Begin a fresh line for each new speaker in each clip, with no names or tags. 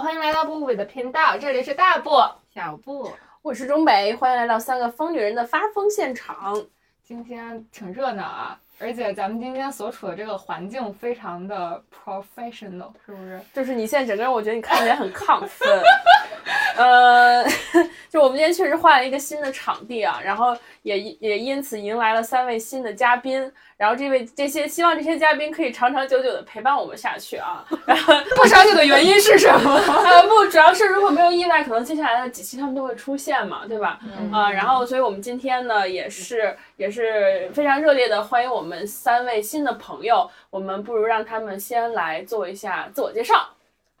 欢迎来到布布的频道，这里是大布。
小布，
我是钟北，欢迎来到三个疯女人的发疯现场。
今天挺热闹啊，而且咱们今天所处的这个环境非常的 professional，是不是？
就是你现在整个人，我觉得你看起来很亢奋。 呃， 就我们今天确实换了一个新的场地啊，然后也也因此迎来了三位新的嘉宾，然后这位这些希望这些嘉宾可以长长久久的陪伴我们下去啊。
不长久的原因是什么？
呃，不，主要是如果没有意外，可能接下来的几期他们都会出现嘛，对吧？
嗯
啊、然后，所以我们今天呢，也是也是非常热烈的欢迎我们三位新的朋友，我们不如让他们先来做一下自我介绍。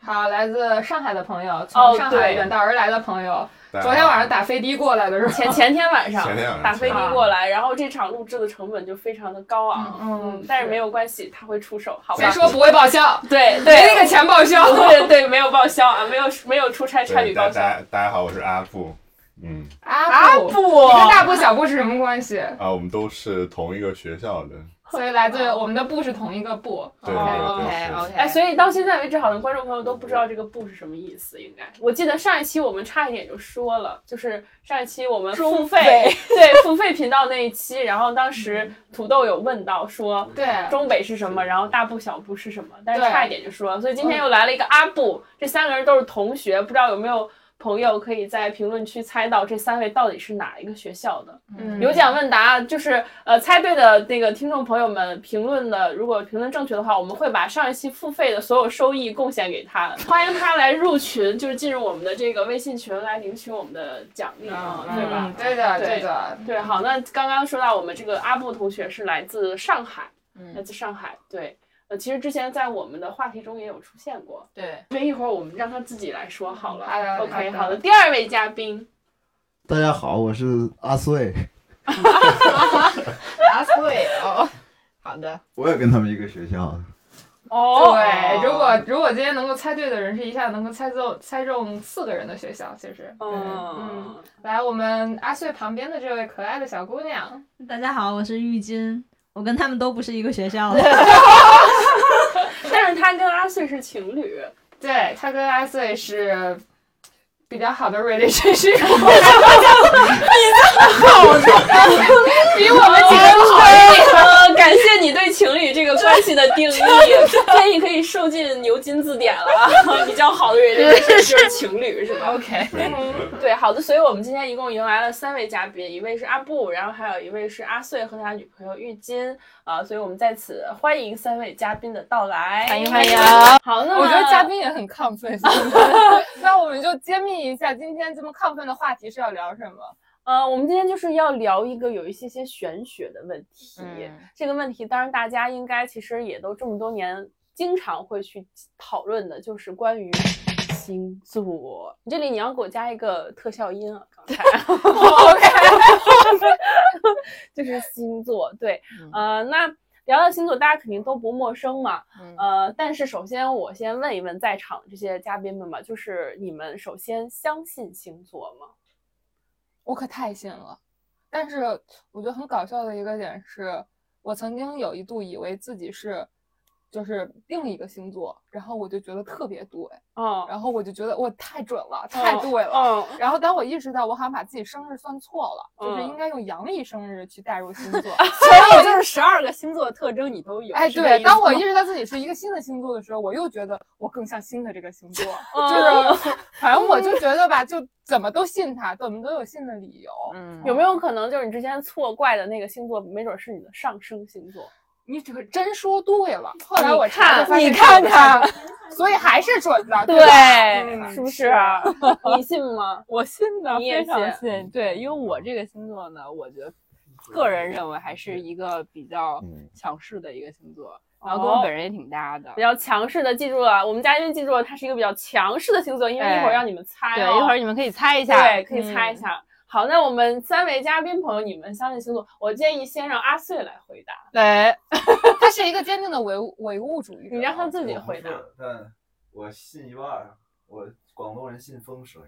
好，来自上海的朋友，
哦
从上海
对
远道而来的朋友，
大家
昨天晚上打飞的过来的是吧？
前前天晚上
前天晚上
打飞的过来，然后这场录制的成本就非常的高昂，
嗯嗯
但是没有关系，他会出手，好吧？
谁说不会报销？
对
没那
对
个钱报销。
对对，没有报销啊，没有没有出差差旅
对大
报销。
大家大家好，我是阿布，嗯，
阿布，
不
跟大布小布是什么关系？
啊，我们都是同一个学校的，
所以来自 我们的布是同一个布。
对
哦
对对
OK
是
OK，
哎，所以到现在为止，好像观众朋友都不知道这个“不”是什么意思。应该，我记得上一期我们差一点就说了，就是上一期我们付费，对付费频道那一期，然后当时土豆有问到说
对，
中北是什么，然后大部小部是什么，但是
对
差一点就说了。所以今天又来了一个阿布，这三个人都是同学，不知道有没有朋友可以在评论区猜到这三位到底是哪一个学校的？
嗯
有奖问答，就是呃猜对的那个听众朋友们评论的，如果评论正确的话，我们会把上一期付费的所有收益贡献给他，欢迎他来入群，就是进入我们的这个微信群来领取我们的奖励啊，
嗯，
对吧
嗯？对的，
对
对的。
对，好，那刚刚说到我们这个阿布同学是来自上海，
嗯
来自上海，对。呃，其实之前在我们的话题中也有出现过，
对，
所以一会儿我们让他自己来说好了。
嗯好的好
OK，
的
好的。第二位嘉宾，
大家好，我是阿穗，
阿穗哦，好的，
我也跟他们一个学校的。
哦，
对，如果如果今天能够猜对的人是一下子能够猜中猜中四个人的学校，其
哦
实，嗯，
嗯，
来，我们阿穗旁边的这位可爱的小姑娘，
大家好，我是玉金，我跟他们都不是一个学校的。
但是他跟阿穗是情侣，
对她跟阿穗是比较好的 relationship，
比我 们几个都好一点。感谢你对情侣这个关系的定义，建议可以收进牛津字典了啊。比较好的人就是情侣，是吧？OK。
对
对，好的，所以我们今天一共迎来了三位嘉宾，一位是阿布，然后还有一位是阿穗和他女朋友玉金啊、所以我们在此欢迎三位嘉宾的到来，
欢迎欢迎。
好，那么
我觉得嘉宾也很亢奋，是不是 那我们就揭秘一下今天这么亢奋的话题是要聊什么？
呃，我们今天就是要聊一个有一些些玄学的问题。
嗯
这个问题当然大家应该其实也都这么多年经常会去讨论的，就是关于星座。你这里你要给我加一个特效音啊，刚 才
哦
，OK，就是星座。对，呃，那聊到星座，大家肯定都不陌生嘛。
嗯
呃，但是首先我先问一问在场这些嘉宾们吧，就是你们首先相信星座吗？
我可太信了。但是我觉得很搞笑的一个点是，我曾经有一度以为自己是就是另一个星座，然后我就觉得特别对，
哦，
然后我就觉得我太准了，太对了。
嗯，
然后当我意识到我好像把自己生日算错了，就是
嗯
应该用阳历生日去代入 星座。
所以 就是十二个星座的特征你都有。
哎，
是这个
对，
意思
当我
吗
意识到自己是一个新的星座的时候，我又觉得我更像新的这个星 座，
哦
嗯
就是反正我就觉得吧，就怎么都信他，怎么都有信的理由。
嗯
有没有可能就是你之前错怪的那个星座，没准是你的上升星座？
你可真说对了。后来
你
我查就
看
发现
你
是
看
我的
看
上司，所以还是准的，
对
吧嗯
是不是？ 你信吗？
啊我信的，
你也
非常
信
信。对，因为我这个星座呢，我觉得个人认为还是一个比较
嗯
强势的一个星座，
哦
然后跟我本人也挺搭的
比。较强势的，记住了，我们嘉宾记住了，他是一个比较强势的星座，因为一会儿
哎
让你们猜、哦
对，一会儿你们可以猜一下，
对可以猜一
嗯。
下。好，那我们三位嘉宾朋友，你们相信星座？我建议先让阿穗来回答，
对，
他是一个坚定的唯物唯物主义者。
你让他自己回答。，
但我信一半儿，我广东人信风水，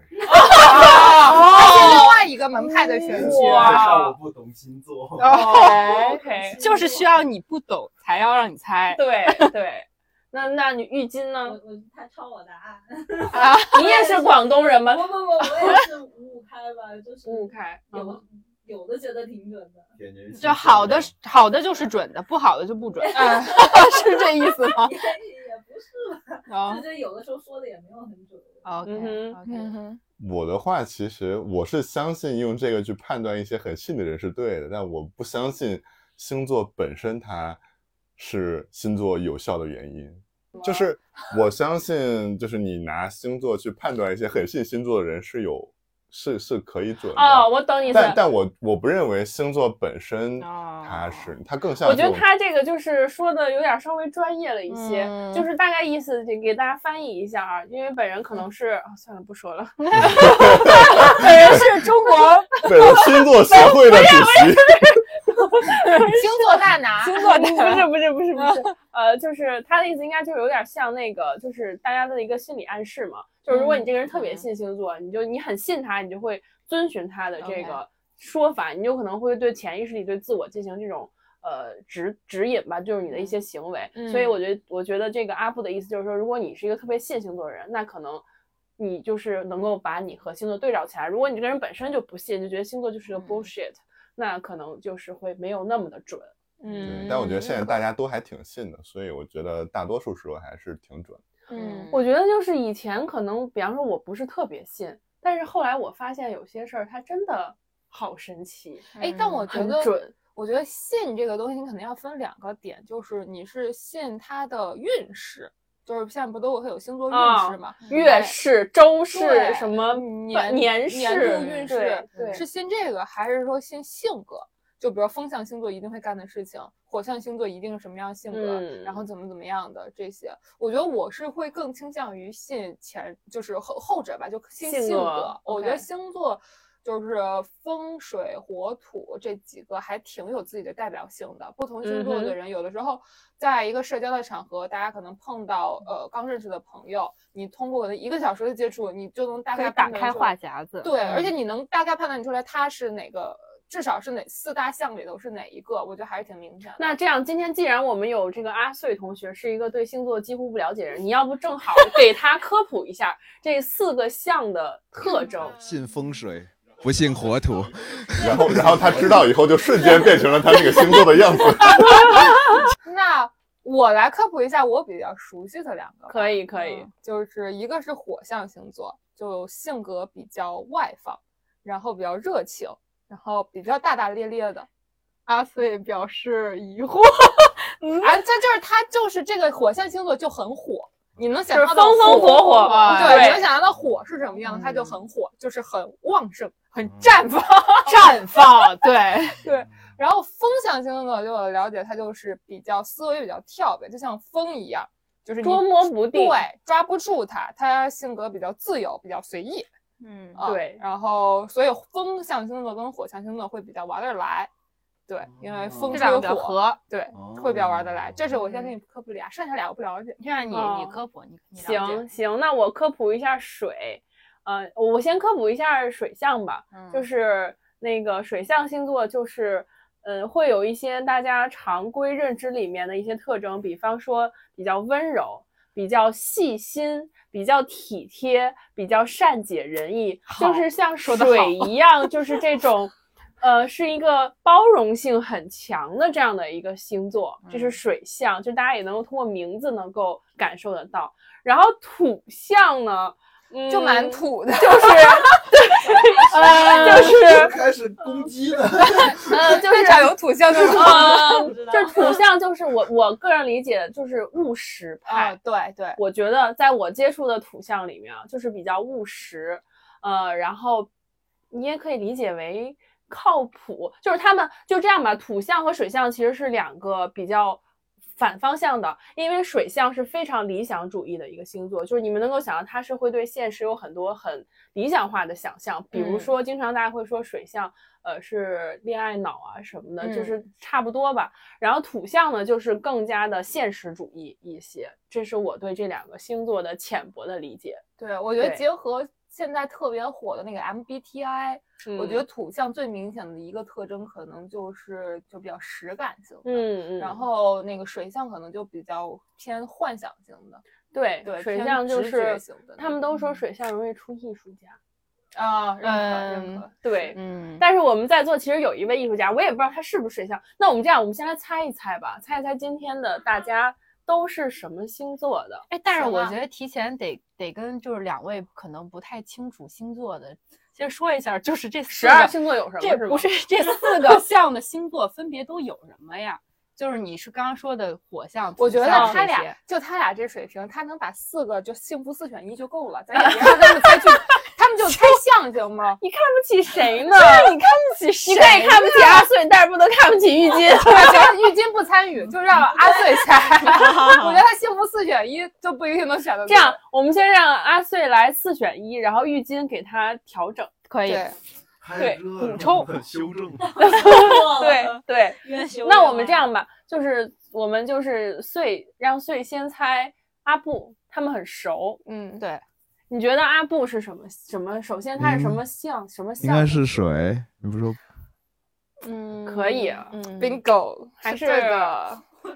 他哦是另外一个门派的玄学。
哇
加上我不懂星座，
哦 OK，
就是需要你不懂才要让你猜。
对对，那那你浴巾呢？
我他抄我答案，
你也是广东人吗？
不不不，我也是五五开吧，就是
五五开，嗯
有有的觉得挺准的，
感觉
就好的好的就是准的，不好的就不准，
哎，
是这意思 吗？
也也不是吧，
啊
就觉得有的时候说的也没有很准。
，OK
嗯
OK，
嗯哼，
我的话，其实我是相信用这个去判断一些很细的人是对的，但我不相信星座本身它是星座有效的原因。 就是我相信，就是你拿星座去判断一些很细星座的人是有是是可以准的。
哦，我懂你意思。
但但我我不认为星座本身
哦
它是，它更像
我
一
觉
种。
得他这个就是说的有点稍微专业了一些，
嗯
就是大概意思得给大家翻译一下啊，因为本人可能是、啊算了不说了， 本人是中 国
美国星座协会的主席。
星座大拿，
星座的， 不是不是不是不 是，呃，就是他的意思应该就是有点像那个，就是大家的一个心理暗示嘛，就是如果
嗯
你这个人特别信星座，你就你很信他，你就会遵循他的这个说法，你有可能会对潜意识里对自我进行这种。呃，指指引吧，就是你的一些行为，
嗯
所以我觉得，我觉得这个阿布的意思就是说，如果你是一个特别信星座的人，那可能你就是能够把你和星座对照起来。如果你这个人本身就不信，就觉得星座就是个
嗯
bullshit，、那可能就是会没有那么的准。
对
嗯，
但我觉得现在大家都还挺信的，所以我觉得大多数时候还是挺准。
嗯，
我觉得就是以前可能，比方说我不是特别信，但是后来我发现有些事儿它真的好神奇，
哎，但我觉
嗯很
得
准。
我觉得信这个东西，你肯定要分两个点，就是你是信它的运势，就是现在不都会有星座运
啊
势嘛，
月氏、周氏
对嗯
什么
年
年
年
氏
度运
对
势
对
是信这个，还是说信性格？就比如风象星座一定会干的事情，火象星座一定是什么样性格，
嗯
然后怎么怎么样的这些，我觉得我是会更倾向于信前，就是后后者吧，就信
性
性
格
我觉
OK
得星座就是风水火土这几个还挺有自己的代表性的。不同星座
嗯
的
哼
人，有的时候在一个社交的场合，大家可能碰到呃刚认识的朋友，你通过的一个小时的接触，你就能大
可以
概
打
判断
开
出
话嗯匣子。
对，而且你能大概判断出来他是哪个，至少是哪四大项里头是哪一个，我觉得还是挺明显的。
那这样，今天既然我们有这个阿穗同学是一个对星座几乎不了解的人，你要不正 好给他科普一下这四个象的特征？
嗯
信风水，不信火土。
然后，然后他知道以后，就瞬间变成了他那个星座的样子。
那我来科普一下我比较熟悉的两个吧，
可以可以
嗯就是一个是火象星座，就性格比较外放，然后比较热情，然后比较大大咧咧的。
阿穗表示疑 惑，
哎，这就是他，就是这个火象星座就很火，你能想
就是
象到
风风火火吧
对，
对
你能想象到火是什么样，他就很火，就是很旺盛，很
嗯
绽放。
绽
哦
放，对，
然后风象星座，据我了解，它就是比较思维比较跳呗，就像风一样，就是你
捉摸不定
对，抓不住它。它性格比较自由，比较随意。
嗯，
啊、
对
然后所以风象星座跟火象星座会比较玩得来，对，因为风
这
吹
两个
火，
合，
对，会比较玩得来。这是我先
嗯
给你科普俩，剩下俩我不了解。
这样你
哦
你科普，你你了解
行行，那我科普一下水，呃，我先科普一下水象吧，
嗯
就是那个水象星座，就是呃，会有一些大家常规认知里面的一些特征，比方说比较温柔，比较细心，比较体贴，比较善解人意，就
好
是像
说得好
水一样，就是这种。呃，是一个包容性很强的这样的一个星座，这是
嗯
水象，就大家也能够通过名字能够感受得到。然后土象呢，嗯、
就蛮土的，
就是，呃，就是，
开始攻击了。
呃，就是
非常有土象这 种。
呃
不知，道
就是土象，就是我我个人理解就是务实派。
啊，对对，
我觉得在我接触的土象里面啊，就是比较务实，呃，然后你也可以理解为靠谱，就是他们就这样吧。土象和水象其实是两个比较反方向的，因为水象是非常理想主义的一个星座，就是你们能够想到它是会对现实有很多很理想化的想象，比如
嗯
说经常大家会说水象。呃，是恋爱脑啊什么的，就
嗯
是差不多吧。然后土象呢，就是更加的现实主义一些，这是我对这两个星座的浅薄的理解。
对，我觉得
对
结合现在特别火的那个 MBTI，、我
嗯
觉得土象最明显的一个特征可能就是就比较实感型的，
嗯嗯，
然后那个水象可能就比较偏幻想型的，
对
对
水
偏
象就
直觉
是
型的那
他们
种
都说水象容易出艺术家，
啊，认可认
嗯
可，
对。
嗯，
但是我们在座其实有一位艺术家，我也不知道他是不是水象。那我们这样，我们先来猜一猜吧，猜一猜今天的大家都是什么星座的？
哎，但是
行
我
啊
觉得提前得得跟就是两位可能不太清楚星座的，先说一下，就是这四
十二
个
星座有什么？
这
是
不
吗
是这四 个象的星座分别都有什么呀？就是你是刚刚说的火象，
我
土
觉得
象
他
这
俩
些
就他俩这水平，他能把四个就幸福四选一就够了， 咱也别让他们再去， 他们就猜象行吗？
你看不起谁呢？
你看不起谁
你可以看不起阿穗，但是不能看不起郁金。
对，行，郁金不参
嗯
与，就让阿穗猜。我觉得他幸福四选一就不一定能选得
这
对
样，我们先让阿穗来四选一，然后郁金给他调整。
可以
对，
还
对
有这
补充
个修正，
对对，
冤修
那我们这样吧，就是我们就是穗让穗先猜阿布，他们很熟。
嗯，
对，
你觉得阿布是什么什么？首先他是什么象？什么
嗯应
象？
该是水。你不说
嗯
可以啊
嗯
bingo
还是
这个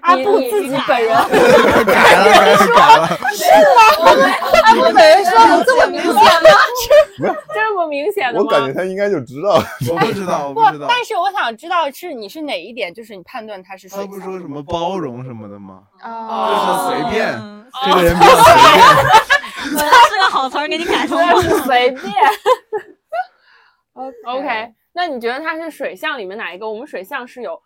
阿布自己本人？
改了，改了，改了。
阿布本人说的这么明显吗？
这么明显的
我
吗？
感觉他应该就知道，
我不知道，我
不
不知，道。
但是我想知道是你是哪一点，就是你判断他是水
他
象。
不说什么包容什么的吗？
哦
就是随便
嗯
这个人比较随便。
本来是个好词儿，给你改成了
随便。
OK
OK，那你觉得他是水象里面哪一个？我们水象是有，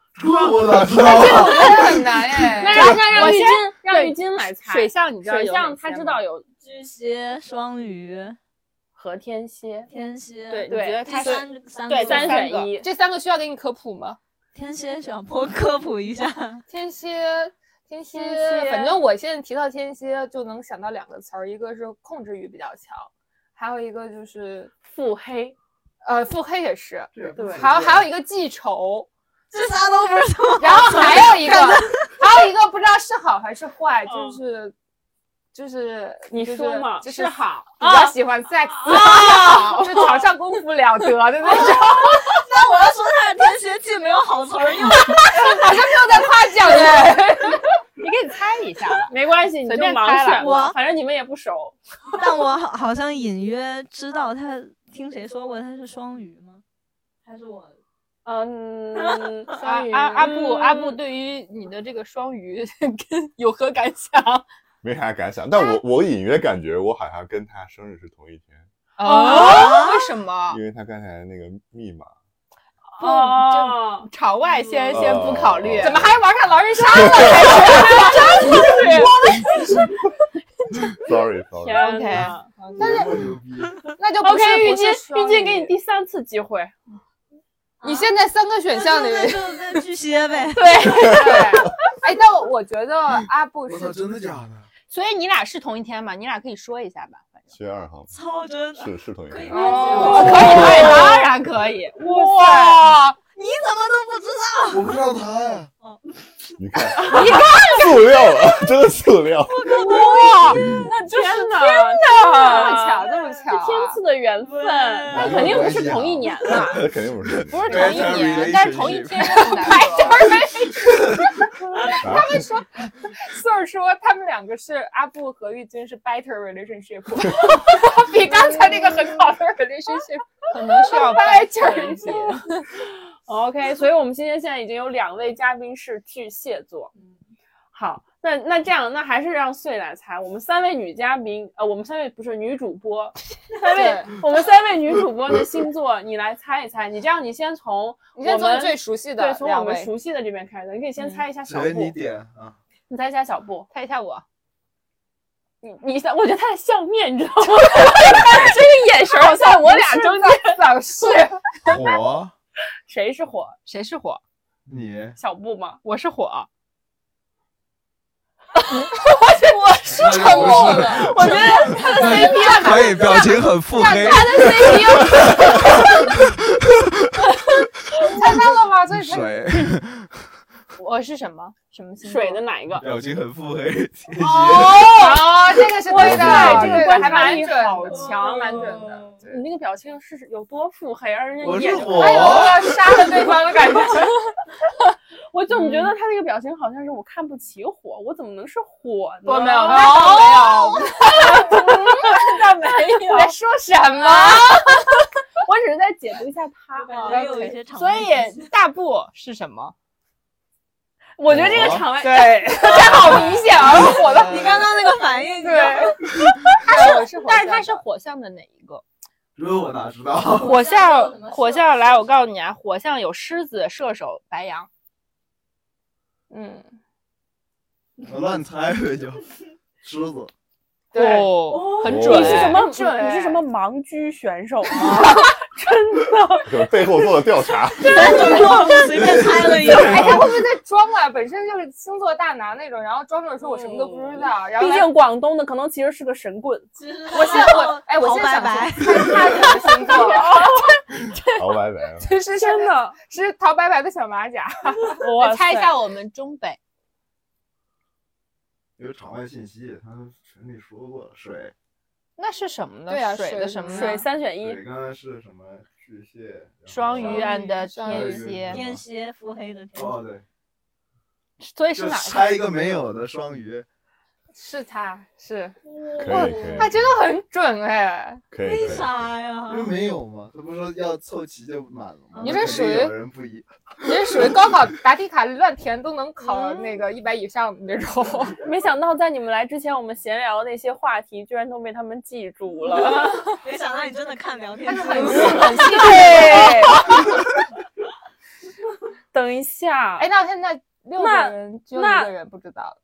我咋知道？
这个我觉得很 难哎。
那让那
我
让郁
先
金让
对
郁金来猜。
水象，你知道
水
有哪
象他
些
知
吗
道有
巨蟹、双鱼、
和天蝎，
天蝎，
对，你
对
觉得
第
他是
三三
对
个
三
三
选
个
一。
这三个需要给你科普吗？
天蝎小波科普一下，
天蝎，天蝎
天蝎，
反正我现在提到天蝎就能想到两个词儿，一个是控制欲比较强，还有一个就是
腹黑，
呃腹黑也是，
啊
对
还有还有一个记仇，
这仨都不是我。
然后还有 一个还有一个不知道是好还是坏，就是。就是
嗯你
就是
说嘛
就是
是好啊
比
啊
较喜欢 sex，、就床上功夫了得的那
哦
种，
那我要说他的天蝎既没有好词儿，又
好像没有在夸奖人。
你给你猜一下吧。
没关系，你就
随便
盲
猜了
选吧
我
反正你们也不熟。
但我好好像隐约知道他，听谁说过他是双鱼吗？
还是我
嗯，
阿
双鱼
阿阿布阿布
嗯
对于你的这个双鱼 跟有何感想？
没啥感想。但我我隐约感觉我好像跟他生日是同一天，
哦，为什么？
因为他刚才那个密码。
不
哦，
场外先先不
哦
考虑，
怎么还玩上狼人杀了？
Sorry Sorry，
天啊
OK
哪
这
哦
么牛逼，
那就不是
！OK，郁
不是
金，
双
郁金给
鱼
你第三次机会。
你现在三个选项里，
那就那就那巨蟹呗。
对，哎，但我我觉得
嗯
阿布
我
是
操，真的假的？
所以你俩是同一天吗？你俩可以说一下吧，反正。
七月二号
操，真的，
是是同一天。
哦
哦可以，可以，当然可以。哇，
你怎么都不知 道？
我不知道他呀，
你看，你看， 塑料了，真的塑料。
天哪，天
这么巧，
哪，
这么巧啊，
天赐的缘分，
哎
那肯定不是同一年了。
肯定不是，啊
不是同一年，但是同一天很难
啊
他们说，穗儿说他们两个是阿布和玉君是 better relationship，比刚才那个很好的 relationship
可能需 要
better 一些。
OK，所以我们今天现在已经有两位嘉宾是巨蟹座。好，那那这样，那还是让穗来猜。我们三位女嘉宾，呃，我们三位不是女主 播，三位
对，
我们三位女主播的星座，你来猜一猜。你这样，你先从
你先
我们
从最熟悉
对，
的
从我
两
们
位
熟悉的这嗯边开始。你可以先猜一下小布，
谁你点啊？
你猜一下小布。
猜一下我，
你你猜，我觉得他的笑面，你知道 吗？这个眼神 好像我俩中间
老师，
我
谁是火？
谁是火？
你
小布吗？
我是火，
是沉默了，
我觉得他的啊 CP
可以，表情很腹 黑。
啊
猜到了吗？最熟
水，
我是什么什么星座
水的哪一个？
表情很腹黑。
哦，这个是对的，
这
对
个
对
观
还
察
蛮
力
准的，
好强
还蛮准的。对
你那个表情是有多腹黑，而且
我
眼
是
睛
火
哎，呦，我要杀了对方的感觉。
我总觉得他那个表情好像是我看不起火，我怎么能是火呢？
我 没有，没
那
有，
倒没有
哦你，在说什么？
我只是在解读一下他
我感觉
啊。
有一
OK
些
哦
场
所
外信
以大步是什么？
我觉得这个场外，
对，
这好明显啊！火的，
你刚刚那个反应就，
他是
啊但是他是火象的哪一个？
这我哪知道？
火
象
象
有什么，
火
射
象来，我告诉你啊，火象有狮子、射手、白羊。
嗯，
我乱猜呗就。 狮子，
对
哦，很
哦
准。
你是什么？
准哎
你是什么盲狙选手吗？
可能背后做了调查。
随便猜了 一
嗯
哎，
个。
他会不会在装啊？本身就是星座大拿那种，然后装着说我什么都不知道，然后
毕
来
竟广东的可能其实是个神棍。
其实
我现在我哎，我
好
现在
拜
想去猜他什么星座了，
好，拜拜。
其实 是
真的，
是陶白白的小马甲，
我
猜一下我们中北，
有场外信息，他群里说过了，水，
那是什么呢？
对啊
水
水
的
的
什么
什
呢？
么
嗯水三选一，
水刚才是什么巨蟹，然后
双鱼
啊
and
双鱼
天
双鱼
蝎，
天蝎腹黑的天
哦
蝎，
对，
所以是
就
哪
猜一个没有的双鱼，
是他 是，
可以可以
他真的很准哎。
可以可以
为。啥呀
因？为没有嘛，他不是说要凑齐就满了吗？
你
那
这
肯
属
定
于
有人不一，
你这属于高考答题卡乱填都能考
嗯
那个一百以上的那种，
没想到在你们来之前，我们闲聊那些话题居然都被他们记住了。
没想到你真的看聊天
但是
记
很
录。
细很细。
对，等一下，
哎，那现在六个
那
人只有一
那
个人不知道，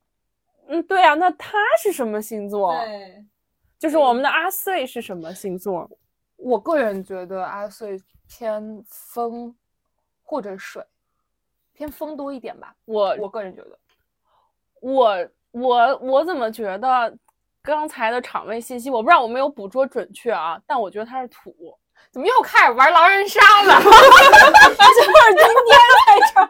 嗯，对啊，那他是什么星座？
对，
就是我们的阿穗是什么星座？
我个人觉得阿穗偏风或者水，偏风多一点吧。
我
我个人觉得，
我我我怎么觉得刚才的场位信息，我不知道我没有捕捉准确啊，但我觉得他是土，
怎么又开始玩狼人杀 了？
就是今天在场，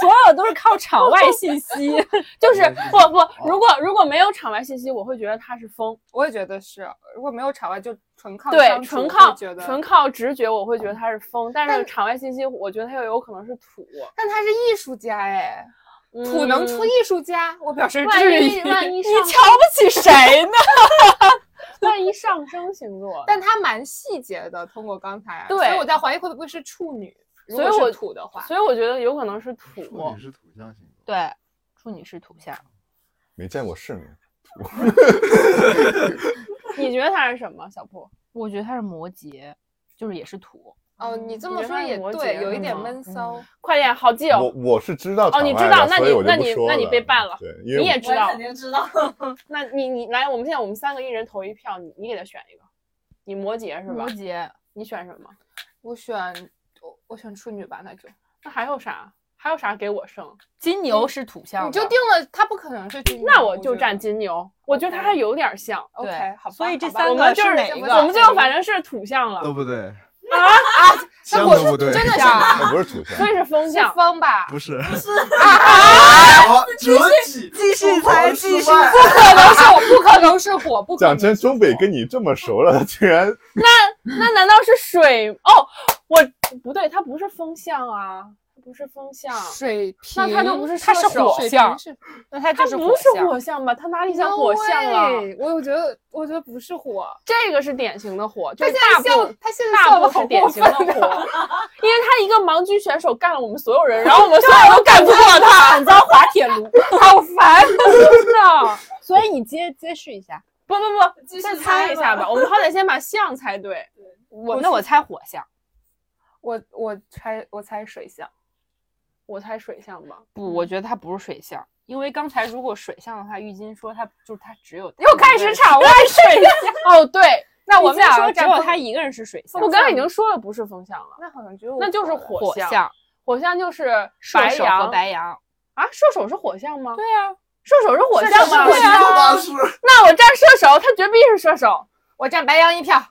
所有都是靠场外信 息，就是不不，如果如果没有场外信息，我会觉得他是风，
我也觉得是，如果没有场外就纯靠
对，
相处
纯
会
靠
觉得
纯。靠直觉，我会觉得他是风，但是
但
场外信息，我觉得他又有可能是土，
但他是艺术家哎，土能出
嗯
艺术家，我表示
万
质
一
疑。
万一
你
上
瞧
不起谁呢？万一上升星座，
但他蛮细节的，通过刚才，啊
对
所以我在怀疑会不会是处女，如
所以
果是
我
土的话，
所以我觉得有可能是土。
处女是土象星座，
对，处女是土象，
没见过世面，
你觉得他是什么？小布，
我觉得他是摩羯，就是也是土。
哦，你这
你
么
觉得
说
他是
也
摩羯
对，有一点
是吗嗯
闷骚。
快点，好基
我
友，
我是知道
哎哦你
场外
知道
的
那
所以
你
我就
那
不
你
说
那你被办了
对，因为
你
我
也知
我也
道
肯。定知道。
那你你来，我们现在我们三个一人投一票，你你给他选一个，你摩羯是吧
摩？羯，
你选什么？
我选我我选处女吧，那就
那还有啥？还有啥给我剩？
金牛是土象的，
你就定了，他不可能是金牛。
那我就
觉
站
得
金牛，我觉得他还有点像。
OK，
对
好吧。
所以这
好吧
三
我
个
们就是
哪一个
我们最后反正是土象了
呃
都，不对，
那
相
我
都不对，
真 的是
那不是土象
所，以是风
是
象。
风吧？
不是，
啊，折戟，
继续猜，继续猜。
不可能是我，不可能是火，不可
讲
能。
真，中北跟你这么熟了，竟然
那难道是水？哦，我不对，它不是风象啊，它不是风象，
水瓶，
那他就不是
他
射手
水
象
瓶是
那他
它
就是
不是
象
火象吧？它哪里像火象啊？
No way，我又觉得，我觉得不是火。
这个是典型的火，就
他现
是
在
大
笑
部，
他现在
大
笑的
部
好
是典
过
型
分
的火，因为
啊。
他一个盲狙选手干了我们所有人，然后我们所有人都干不过他， 反遭滑铁卢， 好烦，啊真的。
所以你揭揭示一下。
不不
继
不，
续
再猜一下吧，我们好歹先把象猜对。
我那我猜火象，
我我猜我猜水象，
我猜水象吧，
不，我觉得他不是水象，因为刚才如果水象的话，玉金说他就是他只有
又开始场外 水象。哦，对，
那我们俩
说
要
只
站
有
风
他一个人是水象，
我刚才已经说了不是风象了，
那好像只有
那就是
火了。
火
象
象，
火象就是
射
白
手
羊
和白羊，
啊，射手是火象吗？
对啊呀，
射手是火象
射
吗？
手是火象
八十，
那我站射手，他绝逼是射手。
我站白羊一票，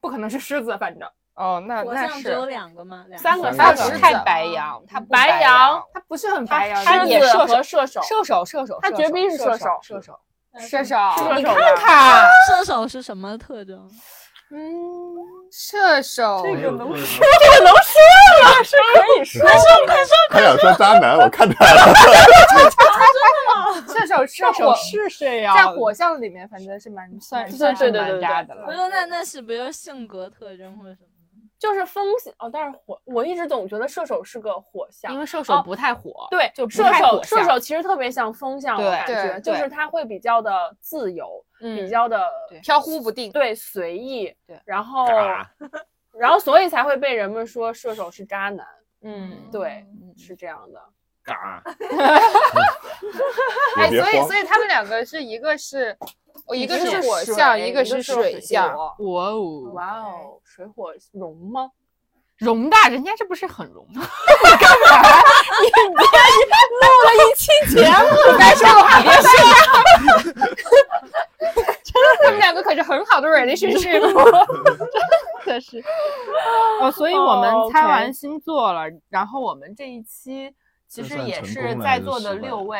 不可能是狮子，反正。哦，那
火
那
象只有
是
两个啊吗？两
三
个
个，
三
他
个
不
狮
是太
子
白羊，他不
白羊
羊，
他不是很
他
白羊，
狮
他
就是
也
子
射
和
手
射手，
射手射手，
他绝逼是
射
射手
射手，
射手，啊
你
手吧
看看，
射手是什么特征？
嗯，射手
这个能说，
可以说
他想说渣男，我看出来了。
射手是
射手
火
是这样，
在火象里面，反正是蛮算
对
算是
对对
蛮
对
渣
对
的
不
了。
是，那那是不是性格特征或者什么？
就是风象哦。但是火，我一直总觉得射手是个火象，
因
为
为射
哦
手不太火，
对，
就不
射
太
手
火
射
象
手其实特别像风象，我
对
感觉
对
就是
对
他会比较的自由，比
嗯，
较的
对
飘忽不定。
对随意，
对
然后
嘎
然后所以才会被人们说射手是渣男，
嗯，
对，是这样的。
嘎，
哎，
也别
所以
慌
所以他们两个是一个是，哦一个
一
是
个是
火
水
象，一
一
个
个
是
是
水
水
象。
火
哇哦，
哇哦，水火容吗？
容大人家这不是很容吗？
男生的话别说呀， 真的，他们两个可是很好的 relationship。
可是，哦，所以我
哦
们猜完
，OK
星座了，然后我们这一期其
这
实
算
也
成
是
功了
在
还是
座
失
的
败
六
了
位，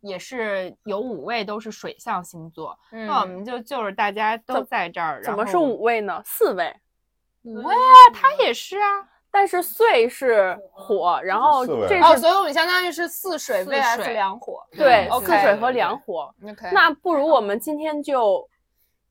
也是有五位都是水象星座，那我
嗯，
们就就是大家都
怎
在这儿，
怎
然
么是
后
五位呢？四位，
五位啊？他也是啊，
但是岁是火，然后
四位
这
哦，
是
所以我们相当于是四水
四
vs
水
两火。
对
嗯
四
对
水
对
和两火。
OK，
那不如我们今天就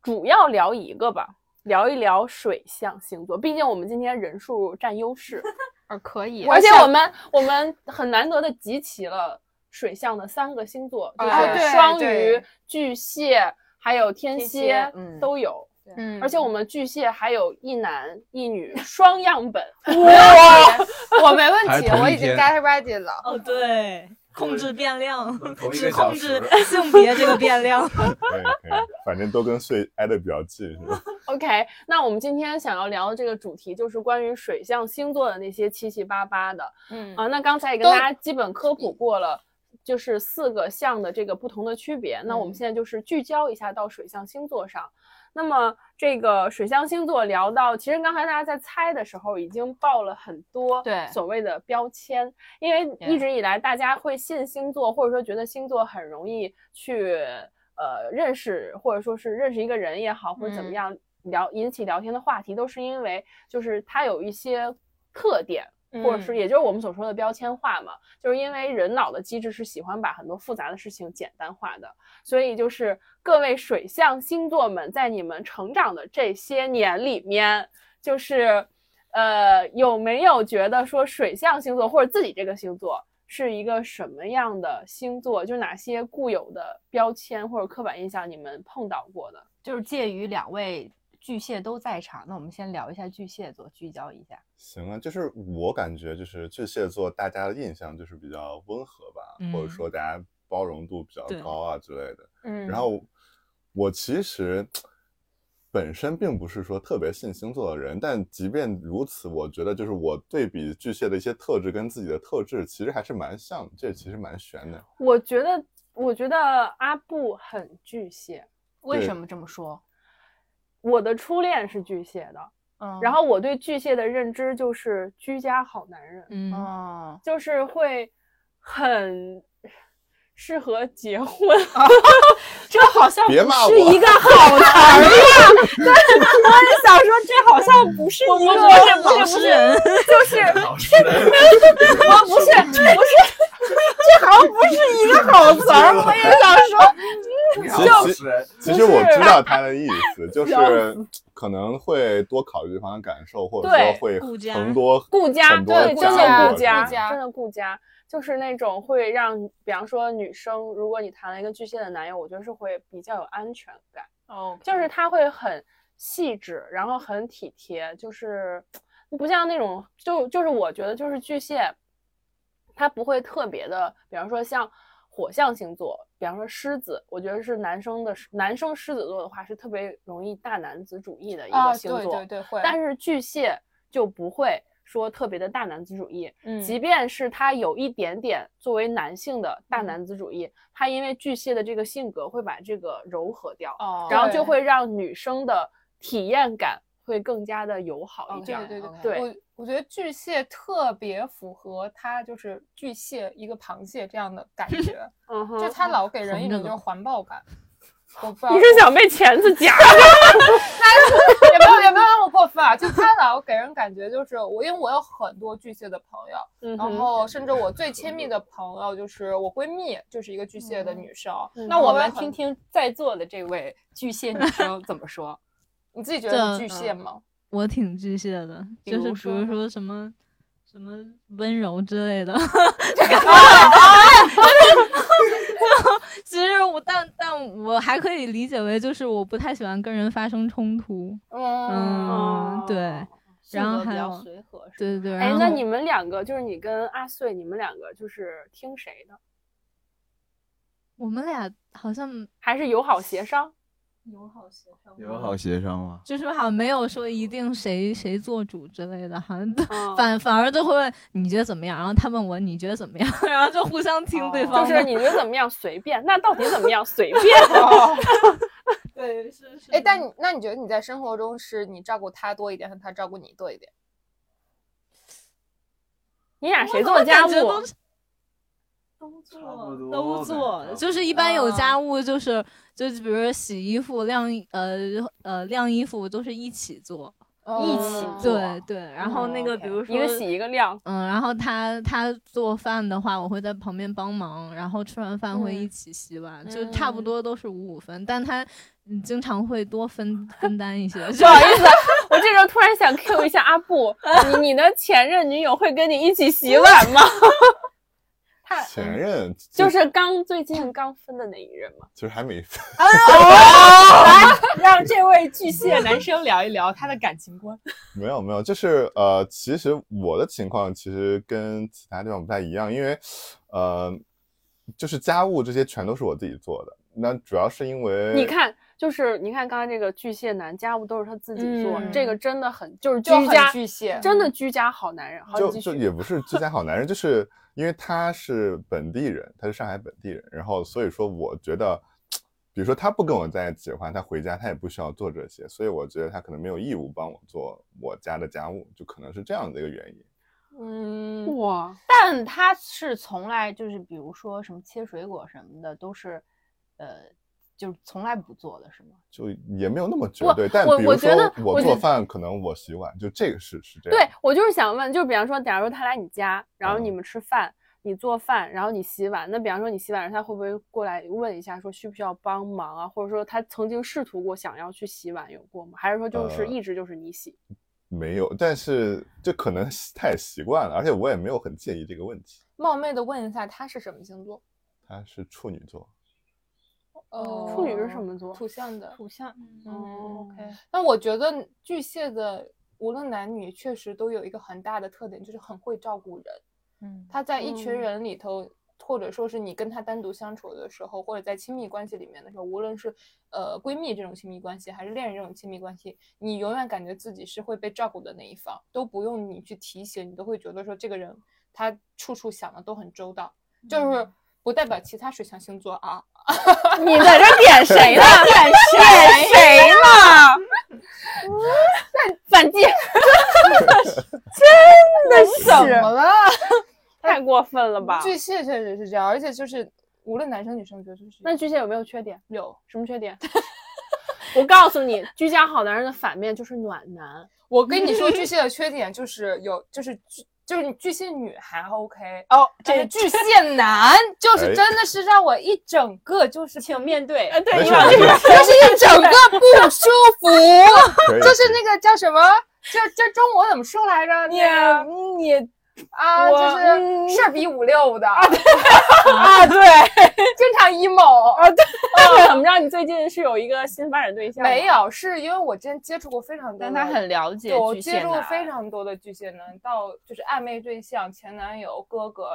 主要聊一个吧，聊一聊水象星座，毕竟我们今天人数占 优势，
呃，可以，
而且
想
我们我们很难得的集齐了水象的三个星座，就
啊对
是双鱼
对、
巨蟹还有天
天
蝎
蝎嗯
都有。
嗯
而且我们巨蟹还有一男一女双样本，
我没问
还是
题，
同一
我已经
天
get ready 了。
哦，对，控制
对
变量
同，一
只
个小
控制
时
性别这个变量。
可以可以，反正都跟睡挨得比较近，是吧？
OK，那我们今天想要聊的这个主题就是关于水象星座的那些七七八八的
嗯
啊。那刚才也
都
跟大家基本科普过了，就是四个象的这个不同的区别。那
嗯
我们现在就是聚焦一下到水象星座上。那么这个水象星座聊到，其实刚才大家在猜的时候已经报了很多
对
所谓的标签，因为一
Yeah
直以来大家会信星座，或者说觉得星座很容易去呃认识，或者说是认识一个人也好，或者怎么
嗯
样聊、引起聊天的话题，都是因为就是它有一些特点，
嗯
或者
嗯
是也就是我们所说的标签化嘛，就是因为人脑的机制是喜欢把很多复杂的事情简单化的，所以就是各位水象星座们，在你们成长的这些年里面，就是呃有没有觉得说水象星座或者自己这个星座是一个什么样的星座？就哪些固有的标签或者刻板印象你们碰到过的？
就是介于两位巨蟹都在场，那我们先聊一下巨蟹座，聚焦一下。
行啊，就是我感觉就是巨蟹座，大家的印象就是比较温和吧，或者
嗯
说大家包容度比较
对
高啊之类的。
嗯，
然后我其实本身并不是说特别信星座的人，但即便如此，我觉得就是我对比巨蟹的一些特质跟自己的特质，其实还是蛮像的，这其实蛮悬的。
我觉得，我觉得阿布很巨蟹，
为
对
什么这么说？
我的初恋是巨蟹的。
嗯
然后我对巨蟹的认知就是居家好男人，
嗯
哦，
就是会很适合结 婚，
这好像
别骂
是
我
一个好男人呀。我也想说，这好像不是一个，不是
老实人，
就是
老师，
啊，不是不是，
这好像不是一 个好词儿。我也想说，
老师，
其实我知道他的意思，就是可能会多考虑对方的感受，或者说
对
会
顾家
很多
顾家，
很多
对，真
家
的顾
顾
家，
家
真的顾家。就是那种会让，比方说女生，如果你谈了一个巨蟹的男友，我觉得是会比较有安全感。
哦，
就是他会很细致，然后很体贴，就是不像那种就就是我觉得就是巨蟹，他不会特别的，比方说像火象星座，比方说狮子，我觉得是男生的男生狮子座的话是特别容易大男子主义的一
啊，
个星
对
座，
对对，会，
但是巨蟹就不会说特别的大男子主义，
嗯
即便是他有一点点作为男性的
嗯
大男子主义，他因为巨蟹的这个性格会把这个柔和掉。
哦，
然后
对
就会让女生的体验感会更加的友好一
哦对
点。
对对
OK
对
我我觉得巨蟹特别符合它，就是巨蟹一个螃蟹这样的感觉，
嗯哼
就它老给人一种
横着
就是
走
环抱感。我不知道
你是想被钳子夹？
也没有也没有那么过分啊，就他老给人感觉就是我，因为我有很多巨蟹的朋友，
嗯
然
哼，
后甚至我最亲密的朋友就是我闺蜜，就是一个巨蟹的女生。
嗯
那我
然
们
后
听听在座的这位巨蟹女生怎么说。
你自己觉得你
这
巨
嗯
蟹 吗？
我挺巨蟹的，
比
就是
如
比
说
如说什么什么温柔之类的。 其实我但但我还可以理解为就是我不太喜欢跟人发生冲突。
嗯，
嗯，对然
哦性
后
格比
还
较
有
随和，是吧
对对对。
哎
然，
那
后
你们两个就是你跟阿穗，你们两个就是听谁的？
我们俩好像
还是友好协 商？
友好协商，
友好协商嘛，
就是好像没有说一定谁谁做主之类的，好像都
哦
嗯
反反而就会问你觉得怎么样，然后他问我你觉得怎么样， 然后就互相听
哦
对
就
方的。
是你觉得怎么样？随便。那到底怎么样？随 便。
对是是。
哎，但你那你觉得你在生活中是你照顾他多一点，还是他照顾你多一点？
你俩谁
我
做家
感
务
觉？都是
都做
差不多
都
呗
做
差不，
就是一般有
啊
家务就是就是比如洗衣服、晾呃呃晾衣服都是一起做。
哦
一
起做
对对，然后那个比如说
一个洗一个晾。
嗯，然后他他做饭的话，我会在旁边帮忙，然后吃完饭会
嗯
一起洗碗，就差不多都是五五分，但他嗯经常会多分分担一些，
不
就
好意思，我这时候突然想 Q 一下阿 布，你你的前任女友会跟你一起洗碗吗？ 他
前任
嗯就是刚最近刚分的那一任嘛。
就是还没分，
哦
让这位 巨蟹男生聊一聊他的感情观。
没有没有，就是呃，其实我的情况其实跟其他地方不太一样，因为呃，就是家务这些全都是我自己做的。那主要是因为
你看，就是你看刚才这个巨蟹男，家务都是他自己做，
嗯
这个真的很就是居
就很
家
巨蟹，
真的居家好男人。好，
就
你继
就
续
也不是居家好男人，就是因为他是本地人，他是上海本地人，然后所以说我觉得，比如说他不跟我在一起的话，他回家他也不需要做这些，所以我觉得他可能没有义务帮我做我家的家务，就可能是这样的一个原因。
嗯，
哇，
但他是从来就是，比如说什么切水果什么的，都是，呃，就是从来不做的是吗？
就也没有那么绝
我
对，但
我
比
我
如
觉
说
得我
我
觉
做
得
饭，可能我洗碗，就这个是是这样。
对我就是想问，就比方说，假如他来你家，然后你
啊嗯
们吃饭。你做饭，然后你洗碗。那比方说你洗碗，他会不会过来问一下，说需不需要帮忙啊？或者说他曾经试图过想要去洗碗，有过吗？还是说就是
呃
一直就是你洗？
没有，但是这可能是太习惯了，而且我也没有很介意这个问题。
冒昧的问一下，他是什么星座？
他是处女座，
呃，
处女是什么座
土象的。
土象，
嗯
嗯，OK，
那我觉得巨蟹的无论男女，确实都有一个很大的特点，就是很会照顾人。
嗯，
他在一群
嗯
人里头，或者说是你跟他单独相处的时候，或者在亲密关系里面的时候，无论是呃闺蜜这种亲密关系，还是恋人这种亲密关系，你永远感觉自己是会被照顾的那一方，都不用你去提醒，你都会觉得说这个人他处处想的都很周到，
嗯
就是不代表其他水象星座啊，
你在这点谁呢？点谁呢？ 反击！真的是
怎么了？
太过分了吧？
巨蟹确实是这样，而且就是无论男生女生，我觉得就是
那巨蟹有没有缺点？
有。
什么缺点？ 我告诉你，居家好男人的反面就是暖男。
我跟你说，巨蟹的缺点就是有，就是巨，就是你巨蟹女还 OK 哦，但是巨蟹男就是
哎
真的是让我一整个就是，
请面对。
对
没
你
事
往
没
这
事
边，
就是一整个不舒服，
可以
就是那个叫什么，这这中文怎么说来着？你你。啊，
我
就是事儿比五六的，
啊，对，
经常 emo 啊，对，
那怎么着？你最近是有一个新发展对象？
没，有，是因为我之前接触过非常多的，
但他很了解
对我
巨
接
蟹
触
男，
非常多的巨蟹男，到就是暧昧对象、前男友、哥哥，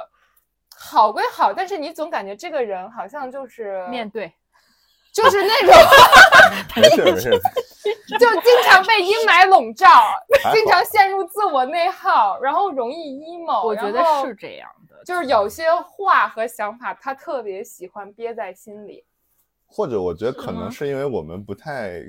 好归好，但是你总感觉这个人好像就是
面，对。
就是那种
没事没 事，
就经常被阴霾笼罩，
还
经
好
常陷入自我内耗，然后容易 emo，
我觉
然
得
后
是这样的，
就是有些话和想法，他特别喜欢憋在心里。
嗯
或者我觉得可能
吗
是因为我们不太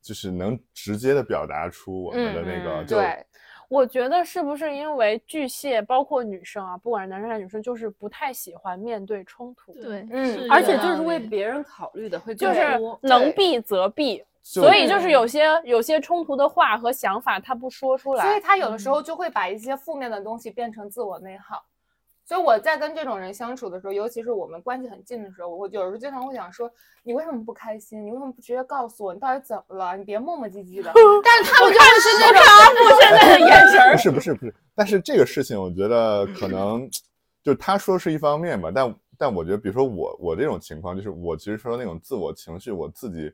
就是能直接的表达出我们的那个
嗯嗯
哦就
对，
我觉得是不是因为巨蟹，包括女生啊，不管是男生还是女生，就是不太喜欢面对冲突，
对，
嗯
是，
而
有
且
道
就是为
理
别人考虑的会
就
更
是
多。
能避则避。
就
所以就是有些有些冲突的话和想法，他不说出
所以
来。
他有的时候就会把一些负面的东西变成自我内耗。所以我在跟这种人相处的时候，尤其是我们关系很近的时候，我有时候经常会想说，你为什么不开心？你为什么不直接告诉我？你到底怎么了？你别磨磨唧唧 的。但是他们就会是那种
现在的 眼神儿
不是不是不是，但是这个事情我觉得可能就他说是一方面吧，但但我觉得，比如说我我这种情况，就是我其实说那种自我情绪，我自己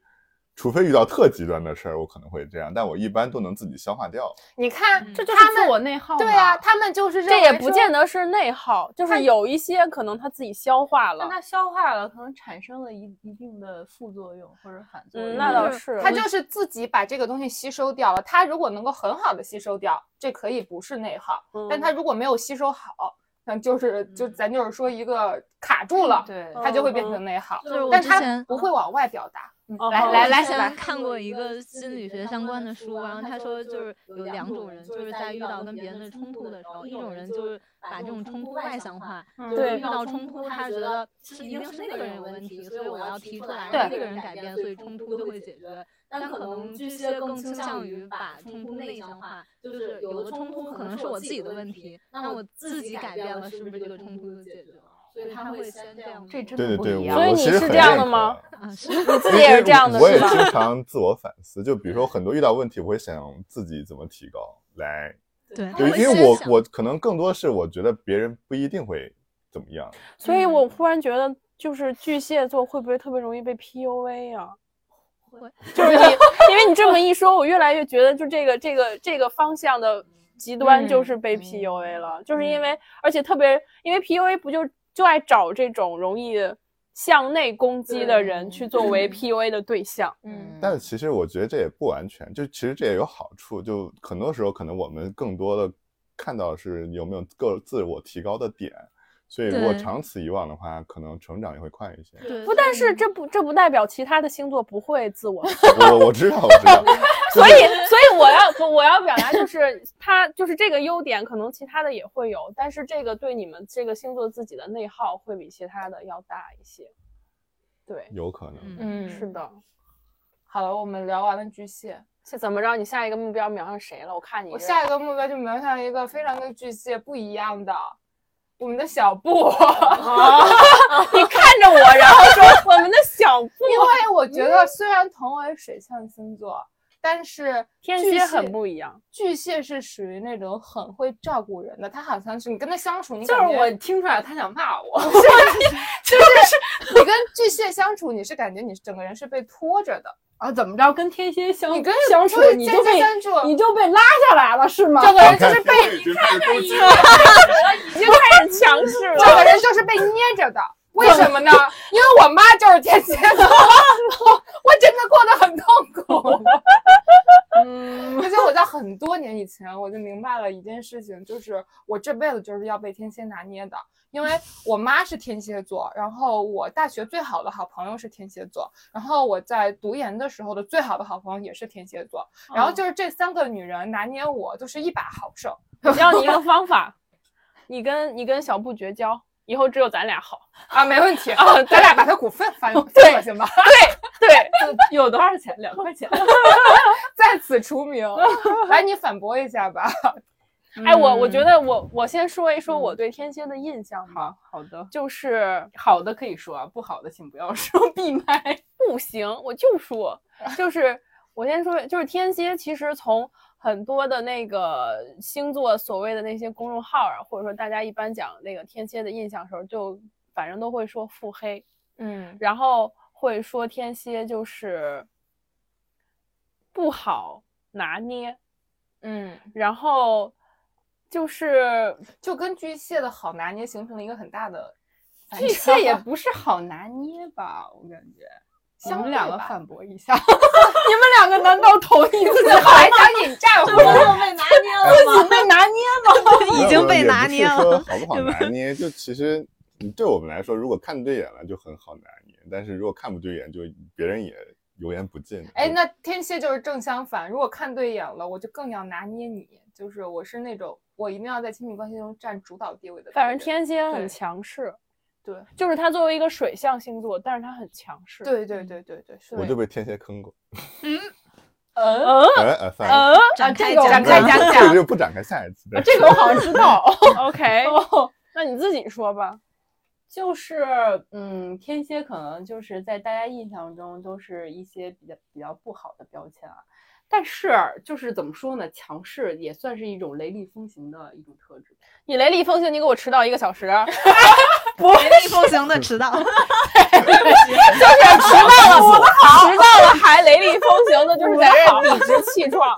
除非遇到特极端的事儿，我可能会这样，但我一般都能自己消化掉。
你看，
嗯这就是
他
自
们
我内耗嘛。
对啊，他们就是
这也不见
得。
得是内耗，就是有一些可能他自己消化了
但。它消化了，可能产生了一一定的副作用或者反作用。
嗯，那倒
就是
是。
他就是自己把这个东西吸收掉了。他如果能够很好的吸收掉，这可以不是内耗；
嗯
但他如果没有吸收好，那就是就咱就是说一个卡住了，
对
嗯
他就会变成内耗。
嗯就是我
但
之
他
前
不会往外表达。嗯
哦
来
哦
来
之
来，
前
来，
看过一个心理学相关的书，然后他说就是有两种人，就是在遇到跟别人的冲突的时候，一种人就是把这种冲突外向化，
嗯
就是
对
遇到冲突他觉得是一定是那个人有问题，所以我要提出来
对
让那个人改变，所以冲突就会解决。但可能巨蟹更倾向于把冲突内向化，就是有的冲突可能是我自己的问题，那我自己改变了，是不是这个冲突就解决了？所以他会先这样做。
这真
对
的
对
不
对，
一样。
我
所以
我
你
其实
是
很
这样
认
的
可
吗
啊，是
你自己也是这样的，
我也
是吧？
经常自我反思，就比如说很多遇到问题，我会想自己怎么提高来，
对，
就
他
因
会
为
先
我
想
我可能更多是我觉得别人不一定会怎么样，
所
嗯
以我忽然觉得，就是巨蟹座会不会特别容易被 PUA 啊？
会，
就是 你， 因为你这么一说，我越来越觉得，就这个这个这个方向的极端
嗯
就是被 PUA 了，就是因为，而且特别，因为 PUA 不就就爱找这种容易向内攻击的人去作为 PUA 的对象。
嗯，
但其实我觉得这也不完全，就其实这也有好处，就很多时候可能我们更多的看到是有没有个自我提高的点，所以如果
对
长此以往的话，可能成长也会快一些。
对
不，但是这不这不代表其他的星座不会自 我
我我知道我知 道，
所以，所以我要不我要表达就是，他就是这个优点，可能其他的也会有，但是这个对你们这个星座自己的内耗会比其他的要大一些。对，
有可能。
嗯，
嗯，
是。的。
好了，我们聊完了巨蟹，
是怎么着？你下一个目标瞄上谁了？我看你
我
这
下一个目标就瞄向一个非常跟巨蟹不一样的，我们的小 布。
啊， 你看着我，然后说我们的小布
因为我觉得虽然同为水象星座，但是
天
巨
蝎
蟹
很不一样。
巨蟹是属于那种很会照顾人的，他好像是你跟他相处，你
就是
感觉
我听出来他想骂我，
你跟巨蟹相处，你是感觉你整个人是被拖着的，
啊，怎么着跟天蝎相
你跟
相处，你就
巨蟹
被
相处，
你就被拉下来了是吗？
整个
哎
人就是被
被你看着一
已经开始强势
整个
了。嗯
人就是被捏着的。 为什么呢？因为我妈就是天蝎 座，我真的过得很 痛苦。嗯，而且我在很多年以前我就明白了一件事情，就是我这辈子就是要被天蝎拿捏的。因为我妈是天蝎座，然后我大学最好的好朋友是天蝎座，然后我在读研的时候的最好的好朋友也是天蝎座，然后就是这三个女人拿捏我就是一把好手。
我教你一个方法，你跟你跟小布绝交，以后只有咱俩好。
啊，没问题啊，咱俩把他股份翻翻过去吧，
对，
有多少钱？两块钱。
在此除 名。来，你反驳一下吧。
哎，我我
嗯
觉得我我先说一说我对天蝎的印象吧，
好嗯好的，
就是
好的可以说啊，不好的请不要说， 闭麦。
不行，我就说，就是我先说，就是天蝎其实从很多的那个星座所谓的那些公众号啊，或者说大家一般讲那个天蝎的印象的时候，就反正都会说腹黑，
嗯，
然后会说天蝎就是不好拿捏，
嗯，
然后就是
就跟巨蟹的好拿捏形成了一个很大的反
巨
差
蟹也不是好拿捏吧，我感觉。我
相
们
对
两个
吧
反驳一下， 你们两个难道同意 自己还想引 战回来？自己
被拿捏了吗？
被拿捏吗？
没
已
有
经
没有
被
呃也
拿
不
捏
是
了
说好不好
对吧
拿捏，就其实嗯你对我们来说，如果看对眼了就很好拿捏，但是如果看不对眼，就别人也油盐不进。
哎，那天蝎就是正相反，如果看对眼了，我就更要拿捏你，就是我是那种我一定要在亲密关系中占主导地位的。
反正天蝎
对
很强势，
对
就是他作为一个水象星座，但是他很强势。，
对对对对对，是
我就被天蝎坑过。
嗯
哎哎，算了，
嗯，
展开
这个我
展开呃讲
这个
讲，啊
就不展开下一次。
这个我好像知道。OK，
哦
那你自己说吧。
就是嗯，天蝎可能就是在大家印象中都是一些比较比较不好的标签啊，但是就是怎么说呢，强势也算是一种雷厉风行的一种特质。
你雷厉风行，你给我迟到一个小时，
雷厉风行的迟到，
迟到了，我的好，迟到了还雷厉风行，那就是在这理直气壮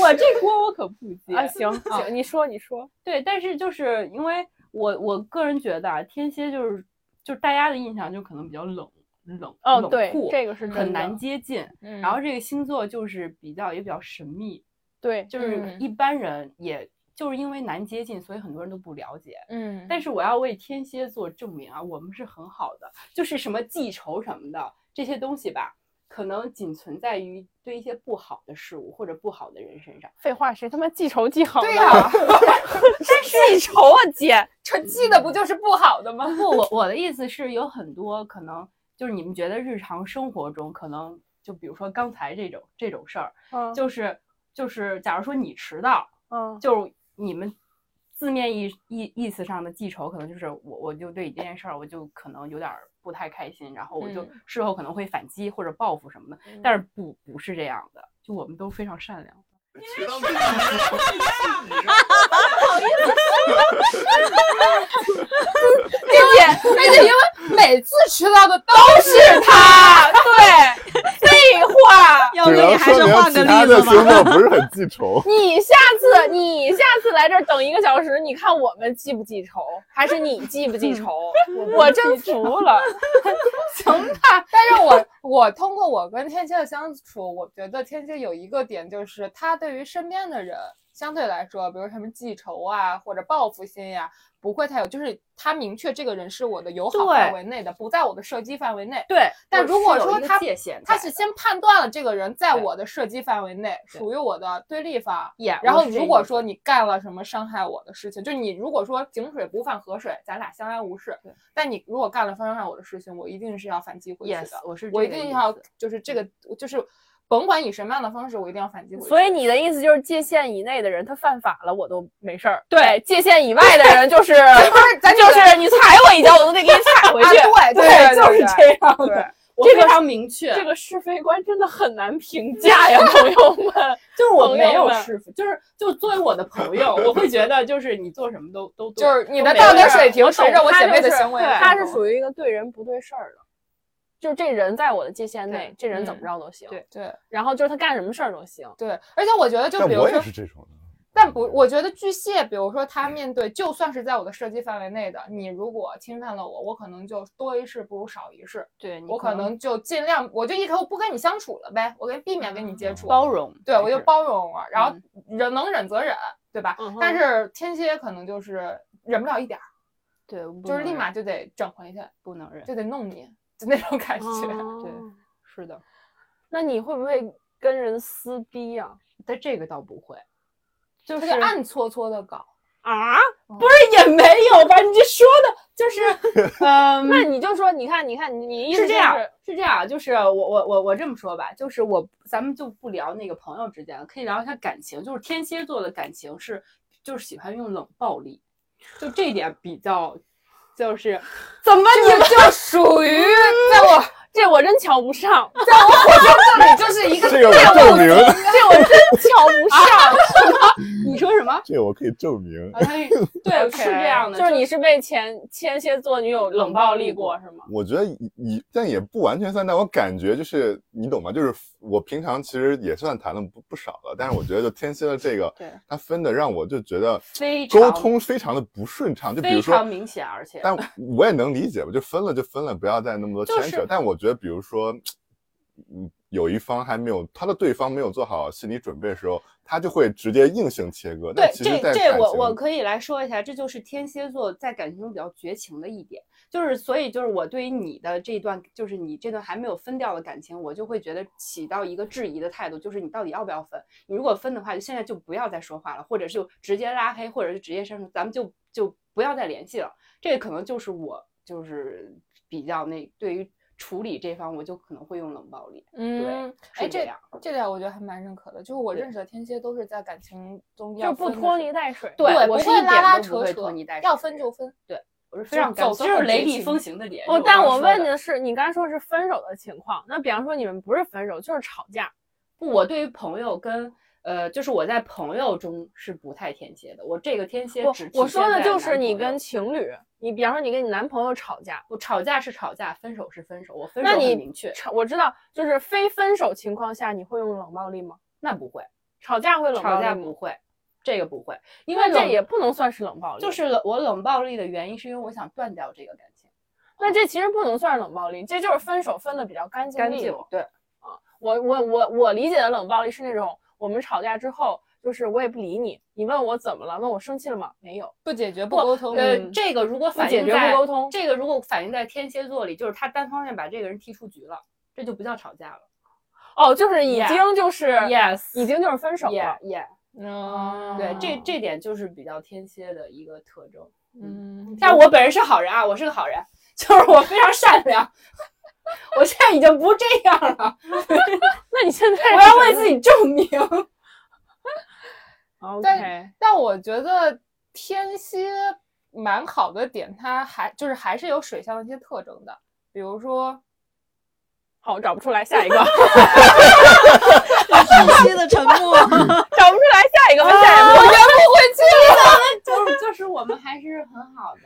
我这锅我可不接
啊！行行，你说你说，
对，但是就是因为我我个人觉得啊，天蝎就是就是大家的印象就可能比较冷冷
哦
冷
对
酷
这个是真
很
的
难接近。
嗯
然后这个星座就是比较也比较神秘，
对，
就是
嗯
一般人也就是因为难接近，所以很多人都不了解。
嗯，
但是我要为天蝎座证明啊，我们是很好的，就是什么记仇什么的这些东西吧，可能仅存在于对一些不好的事物或者不好的人身上。
废话，谁他妈记仇记好呢？
对呀
啊记仇啊，姐，
这记的不就是不好的吗？
不，我我的意思是有很多可能就是你们觉得日常生活中可能就比如说刚才这种这种事儿，
嗯
就是就是假如说你迟到，
嗯，。
就你们字面意意意思上的记仇，可能就是我我就对你这件事儿，我就可能有点儿不太开心，然后我就
嗯
事后可能会反击或者报复什么的，但是不不是这样的，就我们都非常善良。
迟到不行
并且并且因为每次迟到的都是他，对，废话。
要不
只
你
能
还
说
是
明
换
其
个
他
例
的
子
星
吧。
座不是很记仇
你下次你下次来这儿等一个小时，你看我们记不记仇，还是你记不记仇？我真服了，
但是我我通过我跟天蝎的相处，我觉得天蝎有一个点就是他对于身边的人相对来说，比如什么记仇啊或者报复心呀、不会太有，就是他明确这个人是我的友好
对
范围内的，不在我的射击范围内。
对，
但
我
如果
是有
说
一个
他
界限
他
在
是
的
先判断了这个人在
对
我的射击范围内，
对
属于我的对立方。
Yeah，
然
我
后
是这
如
意
果
思
说你干了什么伤害我的事情，就是你如果说井水不犯河水，咱俩相安无事
对。
但你如果干了伤害我的事情，我一定是要反击回去的。
yes，我是
我一
这个
定
意
要
思
就是这个就是甭管以什么样的方式，我一定要反击回去。
所以你的意思就是界限以内的人他犯法了我都没事儿，
对
哎界限以外的人就是
不是咱
就
这个
是你踩我一脚我都得给你 踩回去，
啊对对对
就是
对
这样的。
我
这
非
个
常明确，
这个是非观真的很难评价呀，朋友们。
就是我
朋
没
友
有
们
师傅，就是就作为我的朋友，我会觉得就是你做什么都都对
就是你的
都没
道德
事儿
水平
我
随
懂
着我
他
姐
就
妹的
是
行为
对
来
他
的
是属于一个对人不对事儿的，就是这人在我的界限内
对，
这人怎么
嗯
着都行。
对
对
然后就是他干什么事儿都行。
对，而且我觉得就
但
比如
我
说
也是，这种的，
但不，我觉得巨蟹，比如说他面对就算是在我的射击范围内的，你如果侵犯了我，我可能就多一事不如少一事，
对你
我可能就尽量我就一口不跟你相处了呗，我跟避免跟你接触，
包容，
对我
还嗯
就是包容了，然后忍能忍则忍，对吧？
嗯哼
但是天蝎可能就是忍不了一点儿，
对，不
就是
能
立
忍
马就得整回去，
不能忍，
就得弄你，就那种感觉。
对
哦，
是的，
那你会不会跟人撕逼啊呀、
但这个倒不会，
就
就是
是暗搓搓的搞，嗯
啊？
不是也没有吧？你这说的就是，嗯，
那你就说，你看，你看，你意思
是
就
这样，是这样，就是我我我我这么说吧，就是我咱们就不聊那个朋友之间了，可以聊一下感情，就是天蝎座的感情是就是喜欢用冷暴力，就这一点比较就是怎么你
这就 属于在我
这我真瞧不上，
在我火车这里就是一个
这个我证明，
这我真瞧不上。
你说什么？
这个我可以证明。
啊
哎， 对，是这样的，
就是你是被前天蝎座女友冷暴力过是吗？
我觉得也但也不完全算，但我感觉就是你懂吗？就是我平常其实也算谈了不不少了，但是我觉得就天蝎的这个
对，
它分的让我就觉得
非常
沟通非常的不顺畅，就比
非
如说
常明显，而且
但我也能理解吧，就分了就分了，不要再那么多
就
牵
是
扯。但我觉得，比如说，嗯，有一方还没有他的对方没有做好心理准备的时候，他就会直接硬性切割。但
对，
其实
这
在
这
感
我
情
我可以来说一下，这就是天蝎座在感情中比较绝情的一点，就是所以就是我对于你的这一段，就是你这段还没有分掉的感情，我就会觉得起到一个质疑的态度，就是你到底要不要分？你如果分的话，就现在就不要再说话了，或者就直接拉黑，或者是直接删除，咱们就就不要再联系了。这个可能就是我就是比较那对于处理这方，我就可能会用冷暴力。
嗯，
对，
哎，
是这
这
样。
这点我觉得还蛮认可的，就是我
对
认识的天蝎都是在感情中
就
要
不
分的
拖
时
泥带水。
对
对，
我
不
是
会
一
拉
点
拉
都不
扯
会
扯
拖泥带，水
要
的
分
人
就分。
我是非常
走
感
走
这
上
是雷
绝
厉
情
风行的点。
哦
是，
但
刚
我
说
问
的
你的是，你刚才说是分手的情况，那比方说你们不是分手就是吵架，
不，我对于朋友跟呃，就是我在朋友中是不太天蝎的，我这个天蝎
不
只，体
我说
现
的
在
就是
男
你
朋友
跟情侣，你比方说你跟你男朋友吵架，
我吵架是吵架，分手是分手，我分手
那
很
你
明确，
吵，我知道，就是非分手情况下你会用冷暴力吗？
那不会，
吵架会冷暴
吵
力
架
吗
不，会，这个不会，因
因
为
为这
冷
也不能算是冷暴力，
就是冷我冷暴力的原因，是因为我想断掉这个感情，
那这其实不能算是冷暴力，这就是分手分的比较干净
干
利
净
落。
对，
我我我我理解的冷暴力是那种我们吵架之后，就是我也不理你，你问我怎么了，问我生气了吗？没有，
不解决不沟通，
呃，
嗯
这个如果
不
反
解
映
决不
在
沟通
这个如果反映在天蝎座里，就是他单方面把这个人踢出局了，这就不叫吵架了
哦，就是已
Yeah
经就是
，yes，
已经就是分手了。
yeah yeah。
嗯
对，这这点就是比较天蝎的一个特征。
嗯，
但我本人是好人啊，我是个好人，就是我非常善良。我现在已经不这样了，
那你现在
我要为自己证明。
OK
但但我觉得天蝎蛮好的点，它还就是还是有水象的一些特征的，比如说
好，我找不出来下一个，
窒息的沉默，
找不出来下 一个吧，下
啊
一个吧。
就是就是我们还是很好的，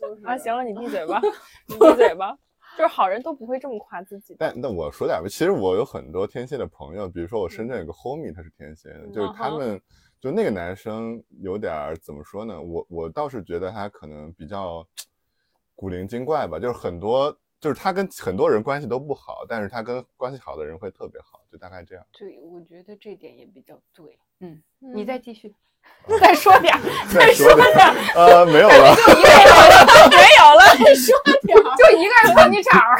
就是
啊，行了，你闭嘴吧，你闭嘴吧。 就是好人都不会这么夸自己的。
但那我说点吧，其实我有很多天蝎的朋友，比如说我
嗯
深圳有个 homie，他是天蝎的，就是他们就那个男生有点儿怎么说呢？我我倒是觉得他可能比较古灵精怪吧，就是很多就是他跟很多人关系都不好，但是他跟关系好的人会特别好，就大概这样。
对，我觉得这点也比较对。
你
再继续，
再说点儿，
再说点，呃，没有了。
没有了，再说点
啊
儿。
就一个人捧你场儿，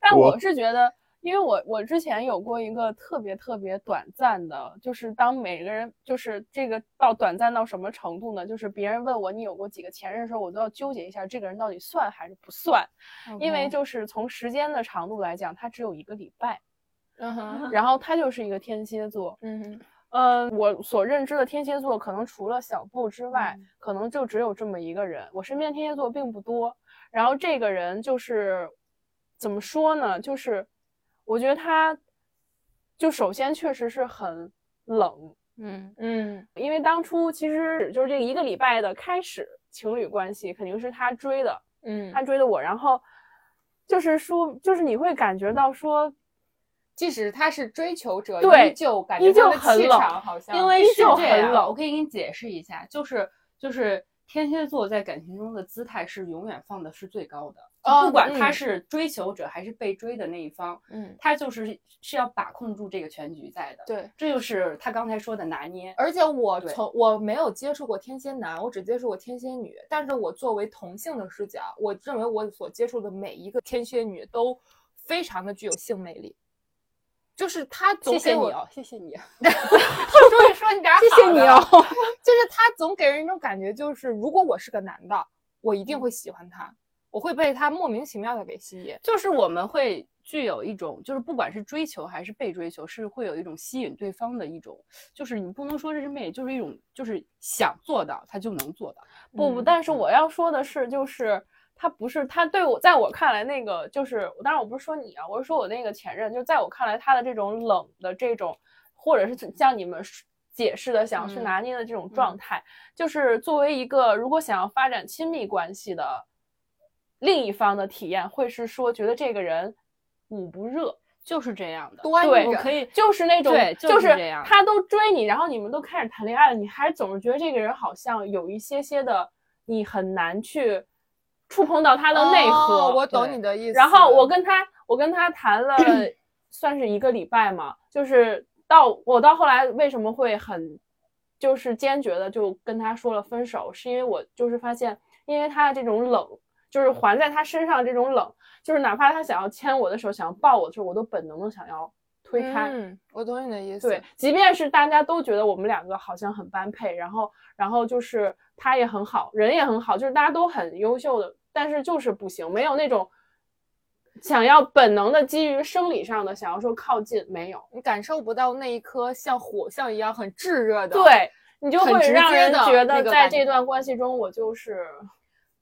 但
我
我是觉得，因为我我之前有过一个特别特别短暂的，就是当每个人就是这个到短暂到什么程度呢？就是别人问我你有过几个前任的时候，我都要纠结一下这个人到底算还是不算，
嗯
因为就是从时间的长度来讲，他只有一个礼拜，
嗯哼
然后他就是一个天蝎座。
嗯哼
嗯，我所认知的天蝎座，可能除了小布之外，
嗯
可能就只有这么一个人。我身边天蝎座并不多，然后这个人就是怎么说呢？就是我觉得他，就首先确实是很冷，
嗯，
嗯
因为当初其实就是这一个礼拜的开始，情侣关系肯定是他追的，
嗯，
他追的我，然后就是说，就是你会感觉到说，
即使他是追求者，
对
依旧感觉
依旧
他的
很
气
冷
场好像
因为是
就
这
很
样，
冷
我可以给你解释一下，就是就是天蝎座在感情中的姿态是永远放的是最高的，就
哦
不管
嗯
他是追求者还是被追的那一方，
嗯
他就是是要把控住这个全局在的。
对。
这就是他刚才说的拿 捏。
而且我
对
从我没有接触过天蝎男，我只接触过天蝎女。但是我作为同性的视角，我认为我所接触的每一个天蝎女都非常的具有性魅力，就是她总
谢谢
给我
你哦，谢谢你。
终于说你点儿好的，
谢谢你哦。
就是他总给人一种感觉，就是如果我是个男的，我
嗯
一定会喜欢他，我会被他莫名其妙的给吸引。
就是我们会具有一种，就是不管是追求还是被追求，是会有一种吸引对方的一种，就是你不能说这是魅力，就是一种就是想做到他就能做到。
不不，
嗯
但是我要说的是，就是他不是他对我，在我看来，那个就是，当然我不是说你啊，我是说我那个前任，就在我看来，他的这种冷的这种，或者是像你们说解释的想去
嗯
拿捏的这种状态，就是作为一个如果想要发展亲密关系的另一方的体验，会是说觉得这个人捂不热，
就是这样的，
端
对
我
着
可以
就是那种，
对
就是
这样。
他都追你，然后你们都开始谈恋爱了，你还总是觉得这个人好像有一些些的，你很难去触碰到他的内核。
哦我懂
对
你的意思。
然后我跟他，我跟他谈了算是一个礼拜嘛，就是到我到后来为什么会很就是坚决的就跟他说了分手，是因为我就是发现，因为他的这种冷，就是还在他身上这种冷，就是哪怕他想要牵我的手，想要抱我的时候，我都本能的想要推开。
嗯，我懂你的意思。
对，，即便是大家都觉得我们两个好像很般配，然后然后就是他也很好，人也很好，就是大家都很优秀的，但是就是不行，没有那种想要本能的基于生理上的想要说靠近，没有。
你感受不到那一颗像火象一样很炙热的。
对你就
很
会
直
让
接
人
的
觉得
那个
在
感
这
觉
段关系中，我就是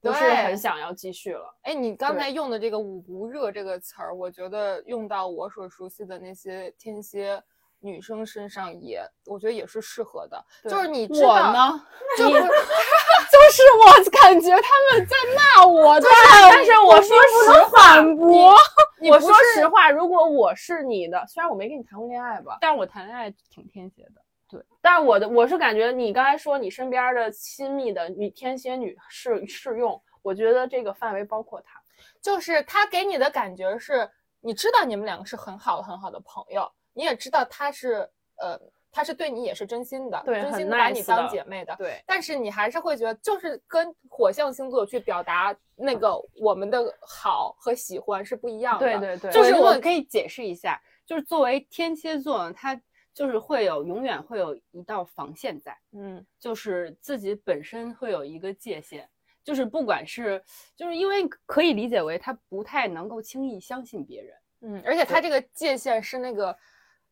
不是
对
很想要继续了。
哎，你刚
对
才用的这个“五不热”这个词儿，我觉得用到我所熟悉的那些天蝎女生身上也，我觉得也是适合的。
对
就是你知
我
道，
呢？
就不是
就是我感觉他们在骂我，但啊但是我说实话，我
你
我
不
说
是
实话，如果我是你的，虽然我没跟你谈过恋爱吧，
但我谈恋爱挺天蝎的，
但我的我是感觉你刚才说你身边的亲密的女天蝎女适适用，我觉得这个范围包括她。
就是他给你的感觉是，你知道你们两个是很好很好的朋友，你也知道他是呃，他是对你也是真心的，
对
真
很
心把你
nice
当
的
姐妹的。
对，
但是你还是会觉得，就是跟火象星座去表达那个我们的好和喜欢是不一样的。
对对对，
就
就是是
我
我可以解释一下，就是作为天蝎座呢，它就是会有永远会有一道防线在，
嗯，
就是自己本身会有一个界限，就是不管是就是因为可以理解为他不太能够轻易相信别人。
嗯，而且它这个界限是那个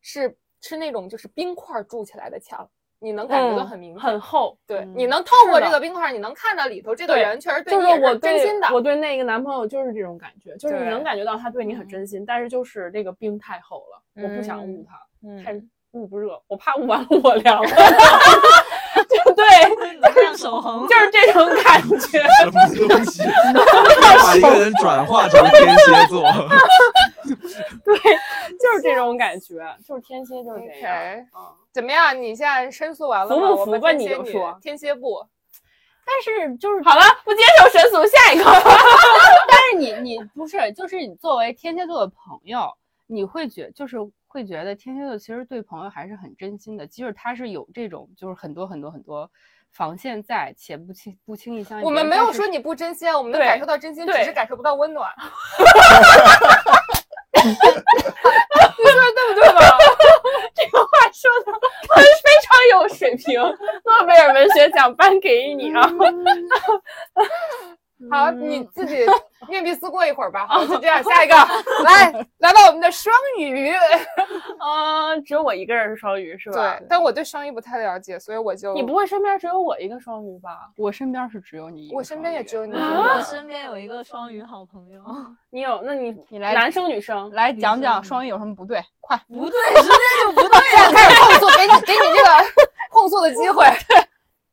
是是那种就是冰块筑起来的墙，你能感觉到
嗯
很明显。
很厚。
对，
嗯
你能透过
的
这个冰块，你能看到里头这个
对
人确实对
就
你
是
也
我
是真
对
心的。
我对那个男朋友就是这种感觉，就是你
对
能感觉到他对你很真心，但是就是这个冰太厚了，我不想
嗯
捂他，
嗯
太捂不热，我怕捂完了我凉了， 就对，
上手红，
就是这种感 觉。
什么东西 把一个人转化成天蝎座？
对，就是这种感觉，就是天蝎就是这样。
OK，怎么样？你现在申诉完了
服
吗？
嗯不
我们
服吧
天
你
蝎
就
女
说
天蝎不，
但是就是
好了，不接受神俗，下 一个。
但是你你不是，就是你作为天蝎座的朋友，你会觉就是会觉得天蝎座其实对朋友还是很真心的，即使他是有这种就是很多很多很多防线在，且不轻不轻易相信别人。
我们没有
但是
说你不真心啊，我们能
对
感受到真心，只
对
是感受不到温暖。你说的对不对吧？
这个话说的非常有水平，诺贝尔文学奖颁给你啊！
好，你
嗯
自己面壁思过一会儿吧。好，就这 样，下一个，来，来到我们的双鱼。嗯
啊，
哦
只有我一个人是双鱼是吧？
对，但我对双鱼不太了解，所以我就
你不会身边只有我一个双鱼吧？
我身边是只有你一个双
我身
鱼人，
边也只有你一个
啊
我 身边有一个双鱼好朋友，
你有？那你
你来
男生女生
来讲讲双鱼有什么不对，快。
不对，直接就不对了。
开始控诉，给你给你这个控诉的机 会。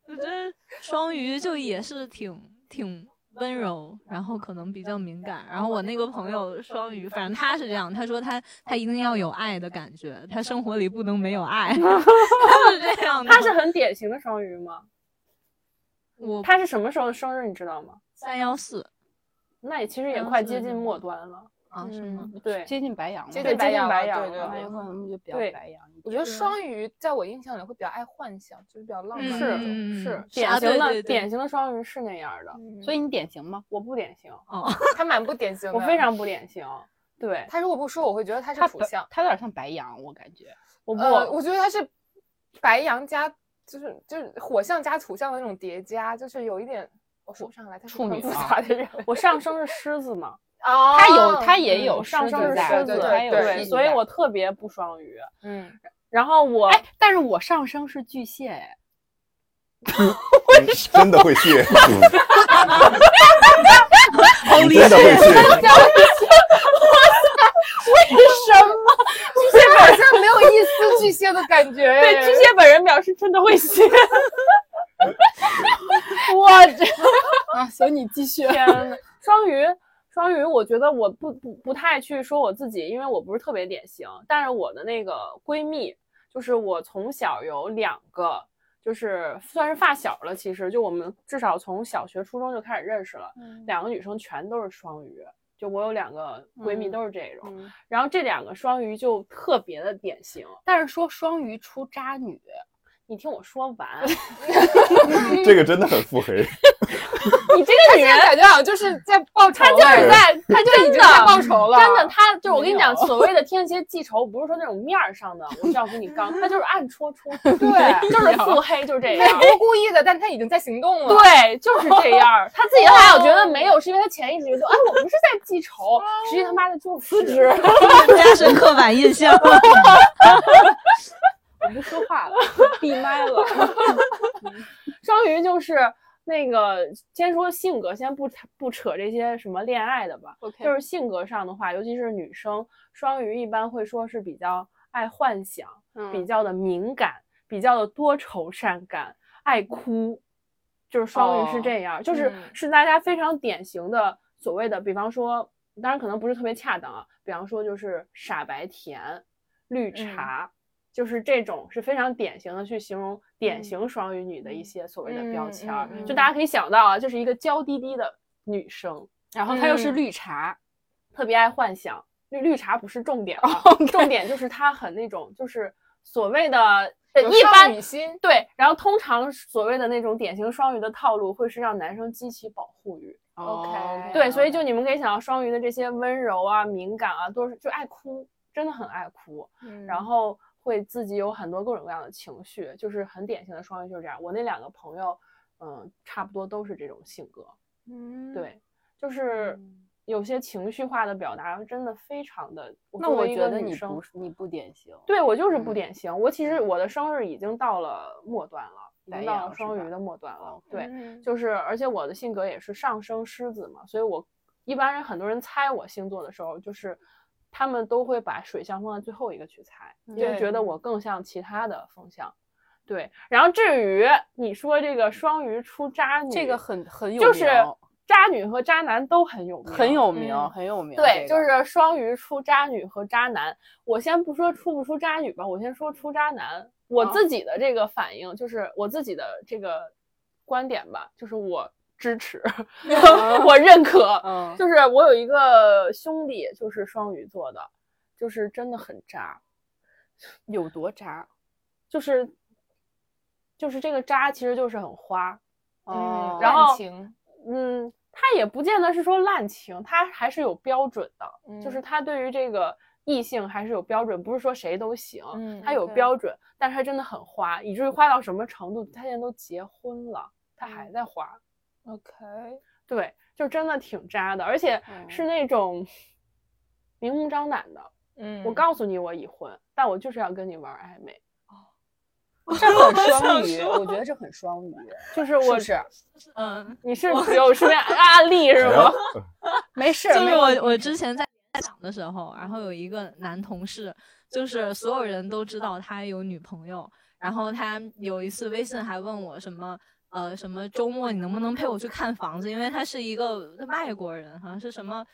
我觉得双鱼就也是挺挺温柔，然后可能比较敏感。然后我那个朋友双鱼，反正他是这样，他说他他一定要有爱的感觉，他生活里不能没有爱，他是这样的。
他是很典型的双鱼吗？
我
他是什么时候的生日你知道吗？
三幺四
那也其实也快接近末端了。
啊，是吗？
对，
接近白羊嘛，
接
对
近白
接
羊了，
近白
对
羊
对
了
那有
对。
可能就比较
对
白羊一点。
我
嗯
觉得
对
双鱼在我印象里会比较爱幻想，就是比较浪漫那种。
嗯
是，
典
啊
型的、
对对对
典型的双鱼是那样的，
所
所以你典型吗？
以我不典型，
哦，
以 他蛮不典型的。
我非常不典型。对，
他如果不说，我会觉得他是
他
土
不
象。
他有点像白羊，我感觉。
我不、
呃，我觉得他是白羊加，就是就是火象加土象的那种叠加，就是有一点我说不上来，他是
处
个
女
复
啊
杂的 人。
我上升是狮子嘛，
啊
他有，他也
嗯
有
我上
狮
升
子
是
在
狮子，
对
他也有
对
狮子
所以
在
我特别不双鱼。
嗯，
然后我、
哎，但是我上升是巨蟹，哎，
嗯真的会 谢，
好
你真的会谢。
啊
巨蟹好像没有一丝 巨蟹的感觉耶。
对巨蟹本人表示真的会 写。我这
啊，行，你继 续。
天呐，双鱼，双鱼，我觉得我不不不太去说我自己，因为我不是特别典型。但是我的那个闺蜜，就是我从小有两个，就是算是发小了，其实就我们至少从小学、初中就开始认识了，
嗯
两个女生全都是双鱼。就我有两个闺蜜
嗯
都是这种，
嗯
然后这两个双鱼就特别的典型。
但是说双鱼出渣女，
你听我说完，
这个真的很腹黑。
你这个
他
女
现
人
在感觉好像就是在报仇
他就是
了
在，他就
已经在报仇了
真的，他就是我跟你讲，
没有
所谓的天蝎记仇，不是说那种面儿上的，我是要跟你刚，他就是暗 戳戳，
对
就是腹黑，就是这样
他。不故意的，但他已经在行动了。
对，就是这样 儿。他自己还有觉得没有，是因为他潜意识觉得，哎，我不是在记
哦
仇，实际他妈的就是辞职。
加深刻板印象。
我不说话了，闭麦了。 双鱼就是那个，先说性格，先不不扯这些什么恋爱的吧。
OK
就是性格上的话，尤其是女生，双鱼一般会说是比较爱幻想，
嗯
嗯
比较的敏感，比较的多愁善感，爱哭。就是双鱼是
嗯哦
这样，就是
嗯
是大家非常典型的所谓的，比方说，当然可能不是特别恰当啊，比方说就是傻白甜、
嗯
绿茶。就是这种是非常典型的去形容典型双鱼女的一些所谓的标签儿，
嗯嗯嗯嗯
就大家可以想到啊，就是一个娇滴滴的女生，
然后他又是绿茶，
特别爱幻想。绿绿茶不是重点啊重点就是她很那种，就是所谓的呃
有
一
少
般
女心
对，然后通常所谓的那种典型双鱼的套路会是让男生激起保护欲。
哦
对，所以就你们可以想到双鱼的这些温柔啊、敏感啊，都是就爱哭，真的很爱哭。
嗯
然后会自己有很多各种各样的情绪，就是很典型的双鱼就是这样。我那两个朋友，嗯，差不多都是这种性格。
嗯，
对，就是
嗯
有些情绪化的表达，真的非常的。
那
作为
我
一
觉
个
得
女
你
生
不你不典型，
对我就是不
嗯
典型。我其实我的生日已经到了末端了，已
白
经到
羊
了
是
双
吧
鱼的末端了
哦。
对，
嗯
就是而且我的性格也是上升狮子嘛，所以我一般人很多人猜我星座的时候，就是他们都会把水象放在最后一个去猜，因为
对
觉得我更像其他的风象。对，然后至于你说这个双鱼出渣女，
这个很很有
就是
名
渣女和渣男都很有名，
很有名
嗯
很有名，
对，
这
就
个
是双鱼出渣女和渣男。我先不说出不出渣女吧，我先说出渣男。我
啊
自己的这个反应，就是我自己的这个观点吧，就是我支 持，我认可。
嗯
就是我有一个兄弟，就是双鱼座的，就是真的很渣，
有多渣
就是就是这个渣其实就是很花，
嗯，
然后
滥情
嗯，他也不见得是说滥情，他还是有标准的，就是
嗯
他对于这个异性还是有标准，不是说谁都行，
嗯
哦他有
对
标准，但是他真的很花，以至于花到什么程度，他现在都结婚了，他还在花，
嗯 OK，
对，就真的挺渣的，而且
哦
是那种明目张胆的，
嗯，
我告诉你我已婚，但我就是要跟你玩暧昧，
这很双鱼，我觉得这很双鱼，
就是我
是不是？
嗯，
你是有身边案例 是
哎
吗
呀？
没事，
就是
没有
我我之前在想的时候，然后有一个男同事，就是所有人都知道他有女朋友，然后他有一次微信还问我什么。呃，什么周末你能不能陪我去看房子？因为他是一个外国人，好像是什么，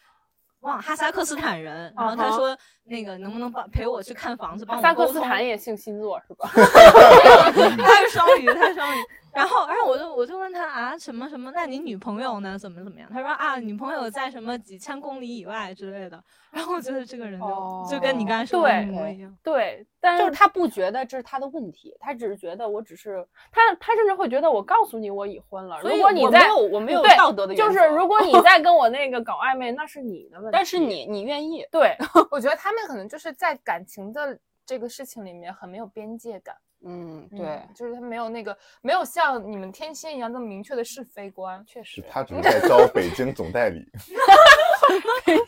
忘了哈萨克斯坦人。然后
啊
他
哈
说那个能不能帮陪我去看房子，帮
哈
我
萨克
沟
斯
通
坦也姓星座是吧？
他 是双鱼，他是双鱼。然后，然后我就我就问他啊，什么什么？那你女朋友呢？怎么怎么样？他说啊，女朋友在什么几千公里以外之类的。然后我觉得这个人就、
哦
就跟你刚才说的
对
一模一样。
对，但
就是是他不觉得这是他的问题，他只是觉得我只是，
他他甚至会觉得我告诉你我已婚了，
所
如
以
果你
我
在
没有我没有
对
道德的
就是
原则
如果你在跟我那个搞暧昧，那是你的问题。
但是你你愿意，
对，
我觉得他们可能就是在感情的这个事情里面很没有边界感，
嗯，
嗯
对，
就是他没有那个没有像你们天蝎一样那么明确的是非观，确
是
实嗯
他只是在招北京总代理，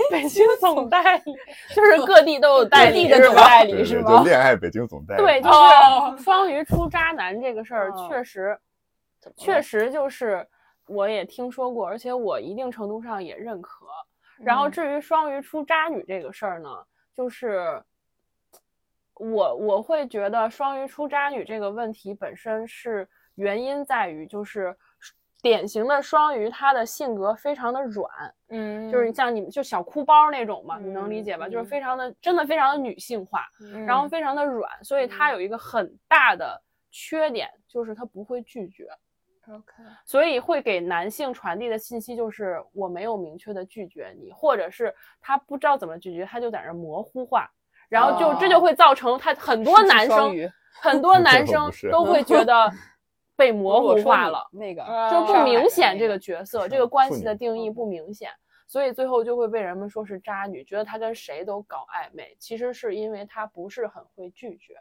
北京总代 理就是各地都有代理的总代
对
理是
对，
吗
就？恋爱北京 总代理。
对，就
哦
是双鱼出渣男这个事儿，
哦
确实，
么
确
了
实就是我也听说过，而且我一定程度上也认可。然后
嗯
至于双鱼出渣女这个事儿呢，就是我我会觉得双鱼出渣女这个问题本身是原因在于就是。典型的双鱼，她的性格非常的软，
嗯，
就是像你们就小哭包那种嘛，你能理
嗯
解吧？就是
嗯
非常的，真的非常的女性化。然后
嗯
非常的软，所以它有一个很大的缺点，就是它不会拒绝，
OK，
所以会给男性传递的信息就是我没有明确的拒绝你，或者是他不知道怎么拒绝，他就在那儿模糊化，然后就、这就
哦
会造成他很多
是
男
双
生
鱼，
很多男
不
生
是
都会觉得被模糊化了，
那个
嗯
呃就不明显这
个
个角色、这个关系的
处女
定义不明显，所以最后就会被人们说是渣女，觉得她跟谁都搞暧昧，其实是因为她不是很会拒绝。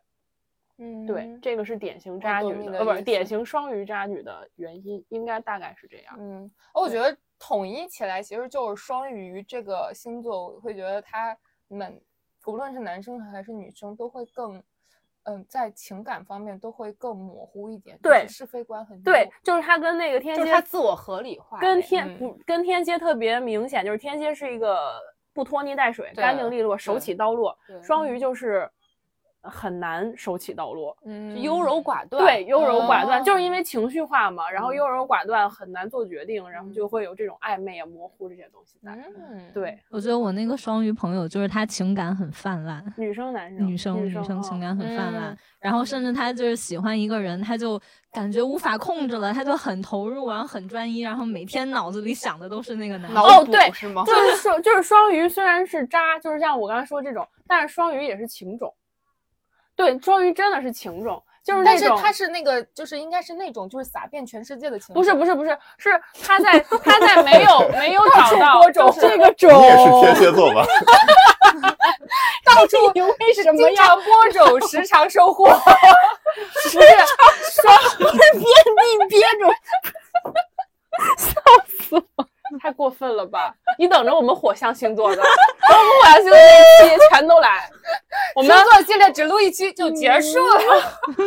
嗯，
对，这个是典型渣
懂
女
你
的，
的
呃，不
意
是
思
典型双鱼渣女的原因，应该大概是这样。
嗯，我觉得统一起来其实就是双鱼这个星座，我会觉得他们无论是男生还是女生都会更，嗯，在情感方面都会更模糊一点，就是
对
是非观很
对
重，
就是她跟那个天
就是
蝎
他自我合理化呗，
跟天
嗯
不跟天蝎特别明显，就是天蝎是一个不拖泥带水、
对
干净利落、手
对
起刀落，
对
双鱼就是很难手起刀落，
嗯，
优柔寡断，
对，优柔寡断，
哦
就是因为情绪化嘛，然后
嗯
优柔寡断很难做决定，然后就
嗯
会有这种暧昧啊、模糊这些东西在。
嗯，
对，
我觉得我那个双鱼朋友就是他情感很泛滥，
女生、男生、
女生
女
女生情
嗯
感很泛滥，
嗯
然后甚至他就是喜欢一个人，他就感觉无法控制了，他就很投入，然后很专一，然后每天脑子里想的都是那个男
脑
的。
哦
补
对
是吗？
就是说，就是双鱼虽然是渣，就是像我刚才说这种，但是双鱼也是情种。对，双鱼真的是情种，就是那
但是
种。
他是那个，就是应该是那种就是撒遍全世界的情，
不是不是不是，是他在他在没有没有找到
播种
这个种
你也是天蝎座吧？
到处你为什么
经常播种，时常收获。
不是双遍地憋种，笑死我！太过分了吧！你等着我们火象星 座的，等我们火象星座这些全都来，我们
星座系列只录一期就结束了。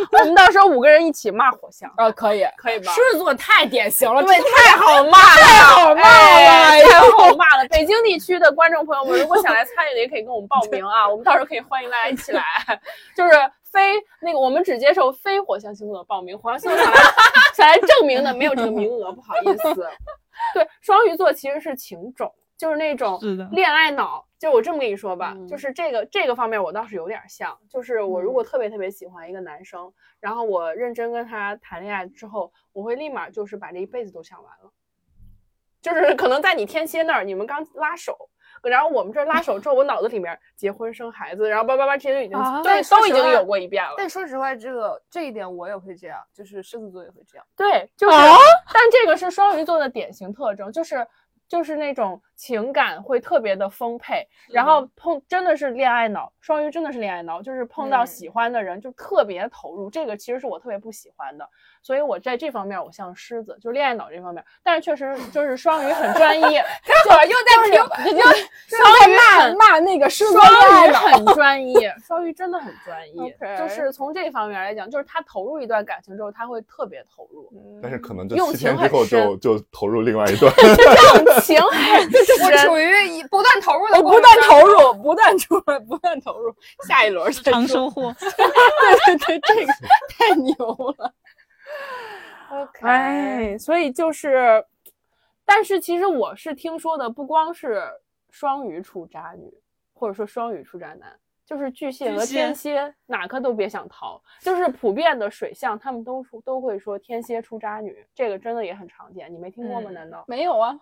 我们到时候五个人一起骂火象，
啊，可以，
呃可以吧？
狮子座太典型了，
对，
这
太好骂了，太好
骂了哎呦
太好 骂了！北京地区的观众朋友们，如果想来参与的，也可以跟我们报名啊，我们到时候可以欢迎大家一起来。 就是非那个，我们只接受非火象星座的报名，火象星座想来想来证明的没有这个名额，不好 意思。对，双鱼座其实是情种，就是那种
是的
恋爱脑。就我这么跟你说吧，
嗯
就是这个这个方面我倒是有点像，就是
嗯
我如果特别特别喜欢一个男生，然后我认真跟他谈恋爱之后，我会立马就是把这一辈子都想完了。就是可能在你天蝎那儿，你们刚拉手，然后我们这儿拉手之后，我脑子里面结婚生孩子，然后叭叭叭，这些都已经、
啊
对
但
都
说
已
实
经
话
有过一遍了。
但说实话，这个这一点我也会这样，就是狮子座也会这样。
对，就是，但这个是双鱼座的典型特征，就是就是那种情感会特别的丰沛，然后碰真的是恋爱脑，双鱼真的是恋爱脑，就是碰到
嗯
喜欢的人就特别投入，这个其实是我特别不喜欢的，所以我在这方面我像狮子，就恋爱脑这方面，但是确实就是双鱼很专一，就又在又又双鱼很
骂那个狮子座
双
太
鱼
脑
很专一，双鱼真的很专一
OK
就是从这方面来讲，就是他投入一段感情之后，他会特别投入，
但是可能这
用
七
情
天之
很
后就
深
就投入另外 一段。
感情还
我
是
处于一不断投入的
我
过
不
程中，
断投入，不断出来，不断投入，下一轮再
常
说。
收获，
对对对，这个太牛了。
OK，
哎，所以就是，但是其实我是听说的，不光是双鱼出渣女，或者说双鱼出渣男，就是巨蟹和
巨蟹
天蝎哪个都别想逃，就是普遍的水象，他们都出都会说天蝎出渣女，这个真的也很常见，你没听过吗？
嗯
难道？
没有啊，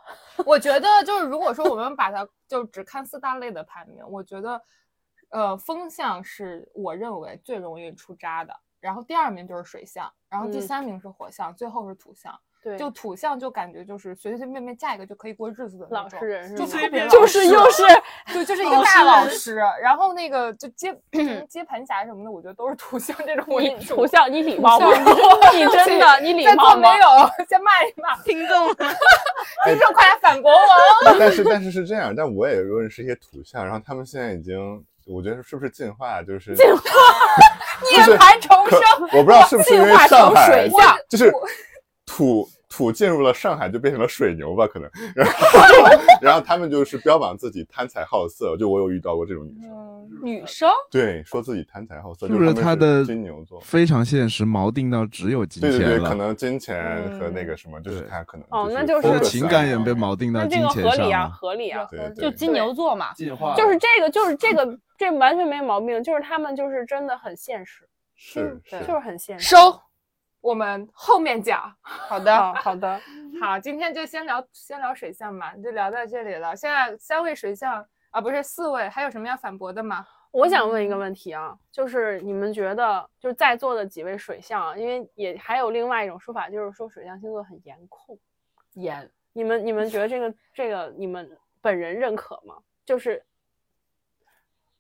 我觉得就是如果说我们把它就只看四大类的排名，我觉得，呃，风象是我认为最容易出渣的，然后第二名就是水象，然后第
嗯
三名是火象，最后是土象。
对，
就土象就感觉就是随随便便嫁一个就可以过日子的那
老
种，
实人是
就
吗
特别
就
老
是
实
又是
对，就是一个大老师，然后那个就接 什么接盘侠什么的，我觉得都是土象这种为
你
主。
土象，你礼貌吗
土象？
你真的你礼
在
貌
座
吗
没？有，先骂一骂，
听众们
听众快来反驳我。
但是但是是这样，但我也认识一些土象，然后他们现在已经，我觉得是不是进化就是进化
涅槃重
可
生，
我不知道是不是因为上海
进化成水象，
就是土土进入了上海就变成了水牛吧，可能。然后然后他们就是标榜自己贪财好色，就我有遇到过这种女生，
女生
对，说自己贪财好色，
是不
就是他们
他的
金牛座？
非常现实，锚定到只有金
对对对，
钱
可
了，
能金钱和那个什么，就是
对
他可能
哦那
就
就是
focus
我情感也
在
被锚定到
那这
金
个
钱
合
上
理啊，
了。
合理啊，
对
就
对，
金牛座嘛，
进化了
就是这个，就是这个，这完全没毛病，就是他们就是真的很现实，
是是
就是很现实。
收，我们后面讲。
好的，好的，
好，今天就先聊先聊水象嘛，就聊到这里了。现在三位水象啊，不是四位，还有什么要反驳的吗？
我想问一
嗯
个问题啊，就是你们觉得，就是在座的几位水象啊，因为也还有另外一种说法，就是说水象星座很颜控。
严，
你们你们觉得这个这个你们本人认可吗？就是，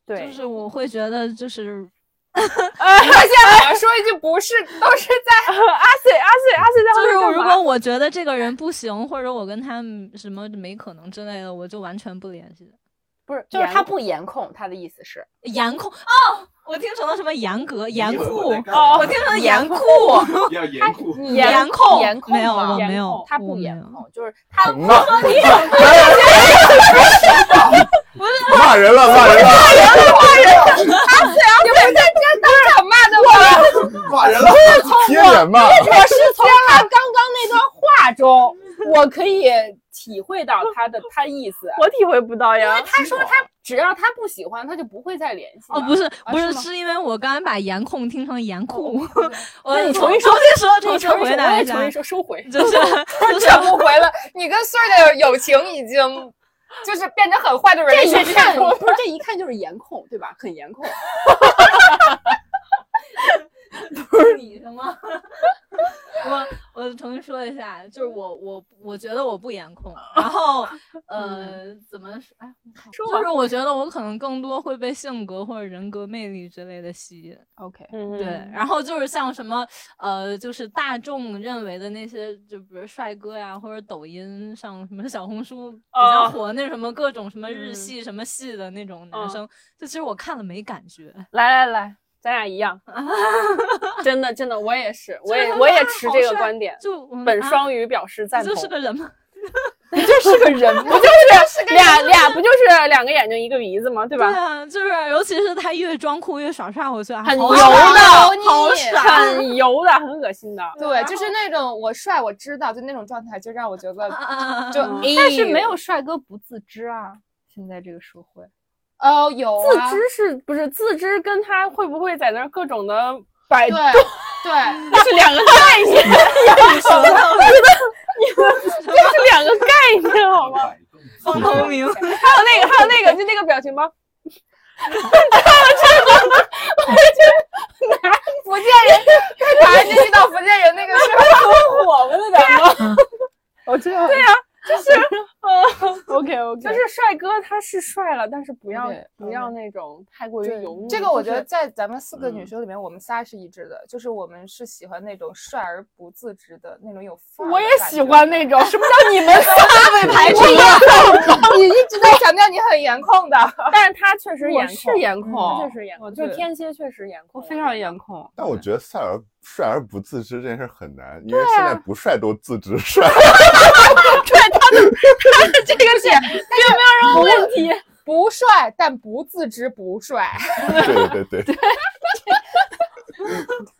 对，
就是我会觉得就是
我呃现在想说一句，不是，都是在
阿 C 阿 C 阿 C 在后
就是
面干
如
嘛
果我觉得这个人不行，或者我跟他们什么没可能之类的，我就完全不联系。
不是
就是他
严
不严控，他的意思是
严控哦，我听成了什么严格、严酷
哦
我听成了严酷、
要严酷，
严控、
严控
没有，
吗
我没
严控
有，
他
我
不
没
严
有
控，就是他
骂
不
骂人了，骂人了，
你们在这当场骂的我，
骂人了，贴脸骂。
我是从他刚刚那段话 中，我可以体会到他的他意思。
我体会不到呀。
他
嗯
说他只要他不喜欢，他就不会再联系了。
哦，不是，
啊
不
是
是，
吗
是因为我刚才把颜控听成严酷。我
那你重新说
重
你
新说，重新
重新
回
说，我
答
也
一
重
下
新，说，收 回。
就是 就是
转不回了。你跟穗儿的友情已经就是变成很坏的
这
relationship
一看，不是这一看就是颜控，对吧？很颜控。
不是你的吗？
我我重新说一下，就是我我我觉得我不颜控，然后呃怎么说？哎，我靠就是我觉得我可能更多会被性格或者人格魅力之类的吸引。
OK，
嗯，
对，然后就是像什么呃，就是大众认为的那些，就比如帅哥呀，或者抖音上什么小红书比较
哦
火那什么各种什么日
嗯
系什么系的那种
嗯
男生，就其实我看了没感 觉。
来来来，咱俩一样， 真的真的，我也是，我
就是
也
他
我也
妈
持
好
这个
帅
观点。
就嗯
本
啊
双鱼表示赞
这
同。
就是个人吗？
你就是个人，不就是俩俩不就是两个眼睛一个鼻子吗？对
对
吧？
啊，就是尤其是他越装酷越耍帅，我觉得
很
好
油
爽
的，
好爽。
很油的，很恶心的。
对，啊就是那种我帅我知道，就那种状态，就让我觉得
啊啊啊啊
就哎
啊
但是没有帅哥不自知啊。现在这个社会，
哦有
自
啊，
知是不是自知跟他会不会在那儿各种的摆
对
渡
对，
是两个概念， 你们你们这是两个概念好吗？
摆动
方东明，
还有那个还有那个就那个表情 包，
福建人，马上就遇到福建人那个 事儿，
火了的感觉。 我知道，对呀、就是呃，OK OK，就是帅哥他是帅了，但是不要
对
不要那种太过于
对
油腻。
这个我觉
就
得
是
在咱们四个女
嗯
生里面，我们仨是一致的，就是我们是喜欢那种帅而不自知的那种有范儿的
我也
感
喜
觉
欢那 种，什么叫你们仨？
被排除了。你一直在强调你很颜控的，
但是他确实颜
我
控，嗯
是颜
他确
控，
实颜控，
我
就是
对
天蝎确实颜控，
我非常颜控。
但我觉得帅而帅而不自知这件事很难，因为现在不帅都自知帅。
这个点并没有任何问题。不帅，但不自知不帅。
对对对，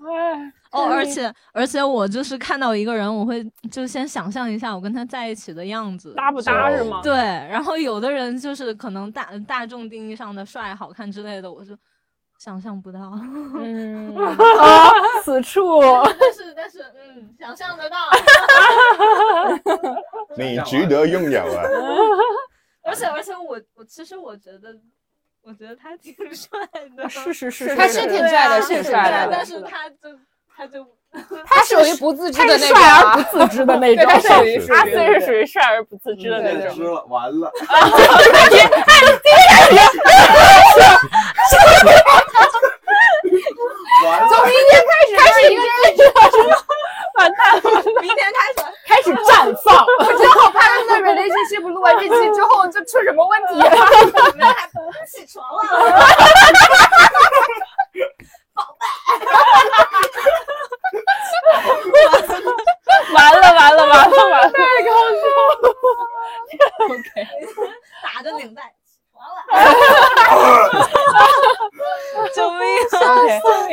哎，
哦，而且而且我就是看到一个人，我会就先想象一下我跟他在一起的样子，
搭不搭
就是
吗？
对，然后有的人就是可能大大众定义上的帅、好看之类的，我就想象 不到。
嗯，
此处
但是但是，嗯，想象得到。
你值得拥有啊！
而且而且我我其实我觉得，我觉得他挺帅的，
是是是，
他是挺帅的，
对啊
是
是
帅的，
但是他就他就
他属于不自知
太
的那
帅
种
而
啊。
不自知的那种。
他 属于
是
阿
对
四是属于帅而不自知的
对
那
那
对
知
种。哎
了，完 了，完了，
从明天开始，他是一个
完蛋了，
明天开始。
开始绽放。
我真好怕他们的 relationship 录完这期之后就出什么问题。
你们还起床了？
完了完了完了完了！太搞
打着领带。救命！
笑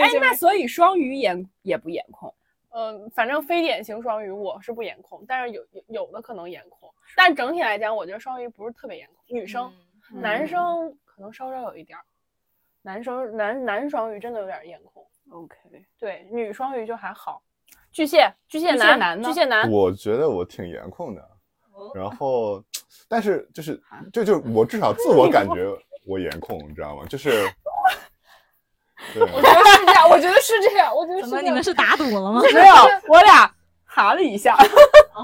哎，那所以双鱼颜也不颜控，
嗯，反正非典型双鱼我是不颜控，但是有有有的可能颜控，但整体来讲，我觉得双鱼不是特别颜控。女生、男生可能稍稍有一点儿，男生男男双鱼真的有点颜控。OK，对，女双鱼就还好。巨蟹，巨蟹
巨蟹
男，
男呢
巨蟹男，
我觉得我挺颜控的，然后，但是就是就就我至少自我感觉我颜控，你知道吗？就是对，
我觉得是这样，我觉得是这样，我觉得
怎
是
么
这
你
样
们是打赌了吗？
没有，我俩哈了一下。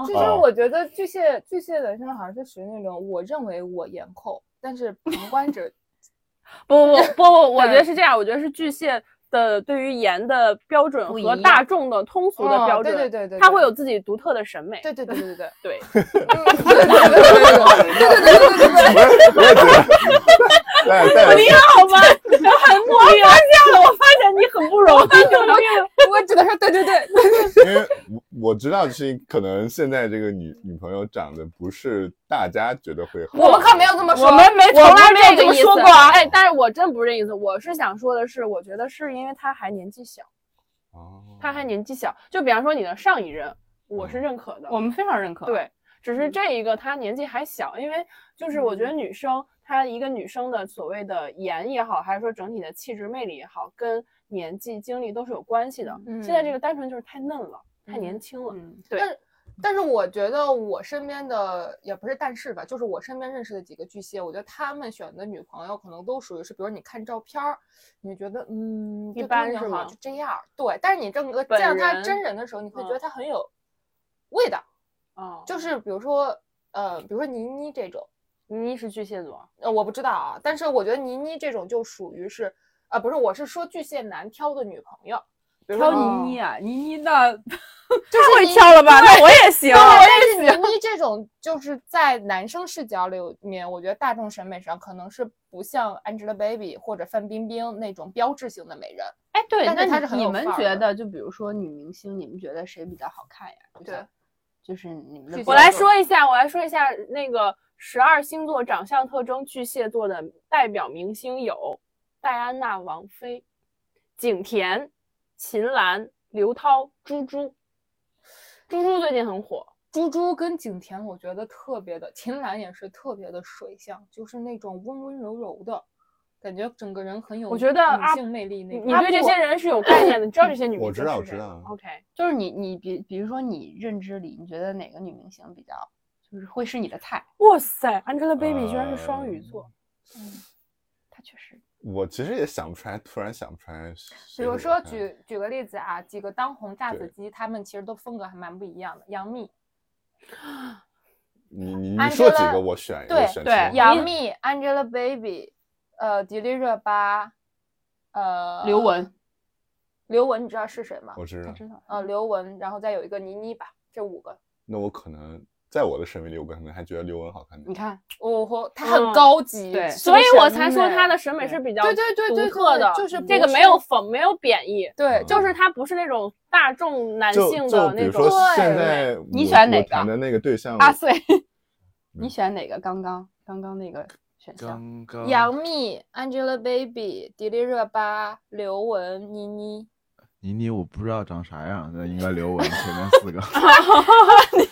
其实
哦
我觉得巨蟹巨蟹的身上好像是属于那种，我认为我颜控，但是旁观 者
不不不不，我觉得
对
是这样，我觉得是巨蟹的对于盐的标准
不一
和
样
大众的通俗的
嗯
标准，
对对对对
他会
对
有自己独特的审美。
对对对对对对 对
对，
对对对对对对对对对
不是，我也觉得，但但
哦你好吧，你很努力。我发现了，我发现你很不容易。
对，我只能说对对对对
因为我我知道是可能现在这个女女朋友长得不是大家觉得会好，
我们可没有这么说，
我们没从
我
来
们
没
没
有这
这
么
个意
说
思
过啊！哎，但是我真不是这意思，我是想说的是，我觉得是因为他还年纪小，
哦
他还年纪小。就比方说你的上一任，我是认可的，
我们非常认可。，
嗯对，只是这一个她年纪还小，因为就是我觉得女生她一个女生的所谓的颜也好，还是说整体的气质魅力也好，跟年纪经历都是有关系的。现在这个单纯就是太嫩了，太年轻了。
嗯，
对，
但是我觉得我身边的也不是，但是吧，就是我身边认识的几个巨蟹，我觉得他们选的女朋友可能都属于是，比如你看照片儿，你觉得嗯，
一
这姑
般
娘
是
好
吗
就这样儿，对。但是你整个
本
见到她
人
真人的时候，你会觉
嗯
得她很有味道，
哦，
就是比如说呃，比如说倪妮这种，
你是巨蟹座，
呃，我不知道啊，但是我觉得倪妮这种就属于是，啊、不是，我是说巨蟹男挑的女朋友，比如说
挑倪妮啊，倪妮 那
就是
太会
你
挑了吧？那我也行，
对，但是倪妮这种就是在男生视角里面，我觉得大众审美上可能是不像 Angelababy 或者范冰冰那种标志性的美人。
哎，对，
但是她是
那你
很
你
有
们
范儿
觉
的
得，就比如说女明星，你们觉得谁比较好看呀？就
对
像，就是你们的
巨
标
我来
准
说一下，我来说一下那个十二星座长相特征，巨蟹座的代表明星有戴安娜王妃、景甜、秦岚、刘涛、猪猪。猪猪最近很火，
猪猪跟景甜，我觉得特别的，秦岚也是特别的水象，就是那种温温柔柔的感觉，整个人很有
我觉得
女
阿
性魅力那
你你
种。
对这些人是有概念的，你知道这些女
我
明星
知道
是谁
知
吗
道
OK，
就是你你比比如说你认知里，你觉得哪个女明星比较就是会是你的菜？
哇塞，Angelababy 居然是双鱼座，
她确实，
我其实也想不出来，突然想不出来谁
比
是我
如嗯
看。
说举举个例子啊，几个当红炸子
对
鸡，他们其实都风格还蛮不一样的。杨幂，
你你你
安
说
吉
几
拉
个，我选一
对
个选
对
其中
杨幂、Angelababy，呃，迪丽热巴，呃，
刘雯，
刘雯，你知道是谁吗？
我知道，
道
嗯
呃，刘雯，然后再有一个倪妮吧，这五
嗯
个。
那我可能在我的审美里，我可能还觉得刘雯好看点
你。看，
哦吼，她
嗯
很高级，
对
是
所以
个
我
审
才说
美
她的审美是比较
对对对对
独特
对
的，嗯
就是
这
不
个没
是
有讽，没有贬义，
对，就
就是是她不是那种大众男
嗯就
性
就
的
比
那
如
种
说。现
对
在我
你选哪
我
个
谈的那个对象，
阿 穗，你
嗯
选哪个？刚刚刚刚那个选项，
刚刚
杨幂、Angelababy、迪丽热巴、刘雯、倪妮。
倪妮我不知道长啥样，那应该刘雯前面四个。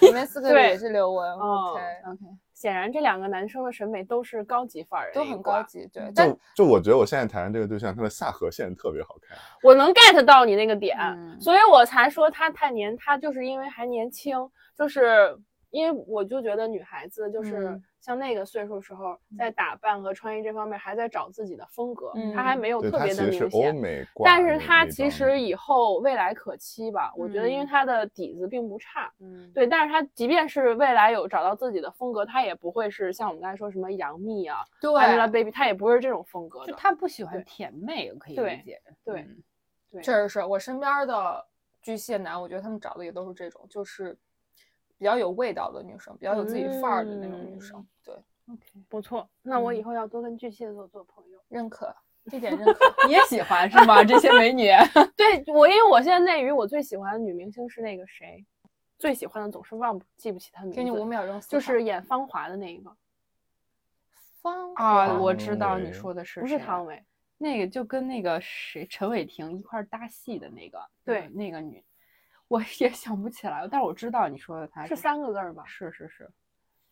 你们 四个
对
也是刘雯
哦
，OK，
显然这两个男生的审美都是高级范儿，
都很高。级，对，但
就就我觉得我现在谈的这个对象，他的下颌线特别好看。
我能 get 到你那个点，
嗯
所以我才说他太年，他就是因为还年轻，就是因为我就觉得女孩子就是
嗯
像那个岁数时候，在打扮和穿衣这方面还在找自己的风格，
嗯
她还没有
对，
哦特
他
别
其
的
实是
明
欧
显。
美挂
但
那，
是她
那
其
帮
实以后未来可期吧，我觉得因为
嗯
她的底子并不差，
嗯，
对，但是她即便是未来有找到自己的风格，她也不会是像我们刚才说什么杨幂啊、
对，
Angelababy，她也不是这种风格
就
的。
她不喜欢
对
甜妹，我可以
对
理解。
对
嗯
确实是我身边儿的巨蟹男，我觉得他们找的也都是这种，就是比较有味道的女生，比较有自己范儿的那种女
嗯
生。对，
，OK，
不错，那我以
嗯
后要多跟巨蟹座做朋友。
认可这点认可。
你也喜欢是吗？这些美女，
对我，因为我现在内娱我最喜欢的女明星是那个谁，最喜欢的总是忘不记不起她的名字，
给你五秒钟思考，
就是演芳华的那一个，
方
啊，
华
我知道你
嗯
说的是
不是
谁
汤唯，
那个就跟那个谁陈伟霆一块儿搭戏的那个，
对
那个女，我 也想不起来了，但是我知道你说的她
是三个字儿吧？
是是是，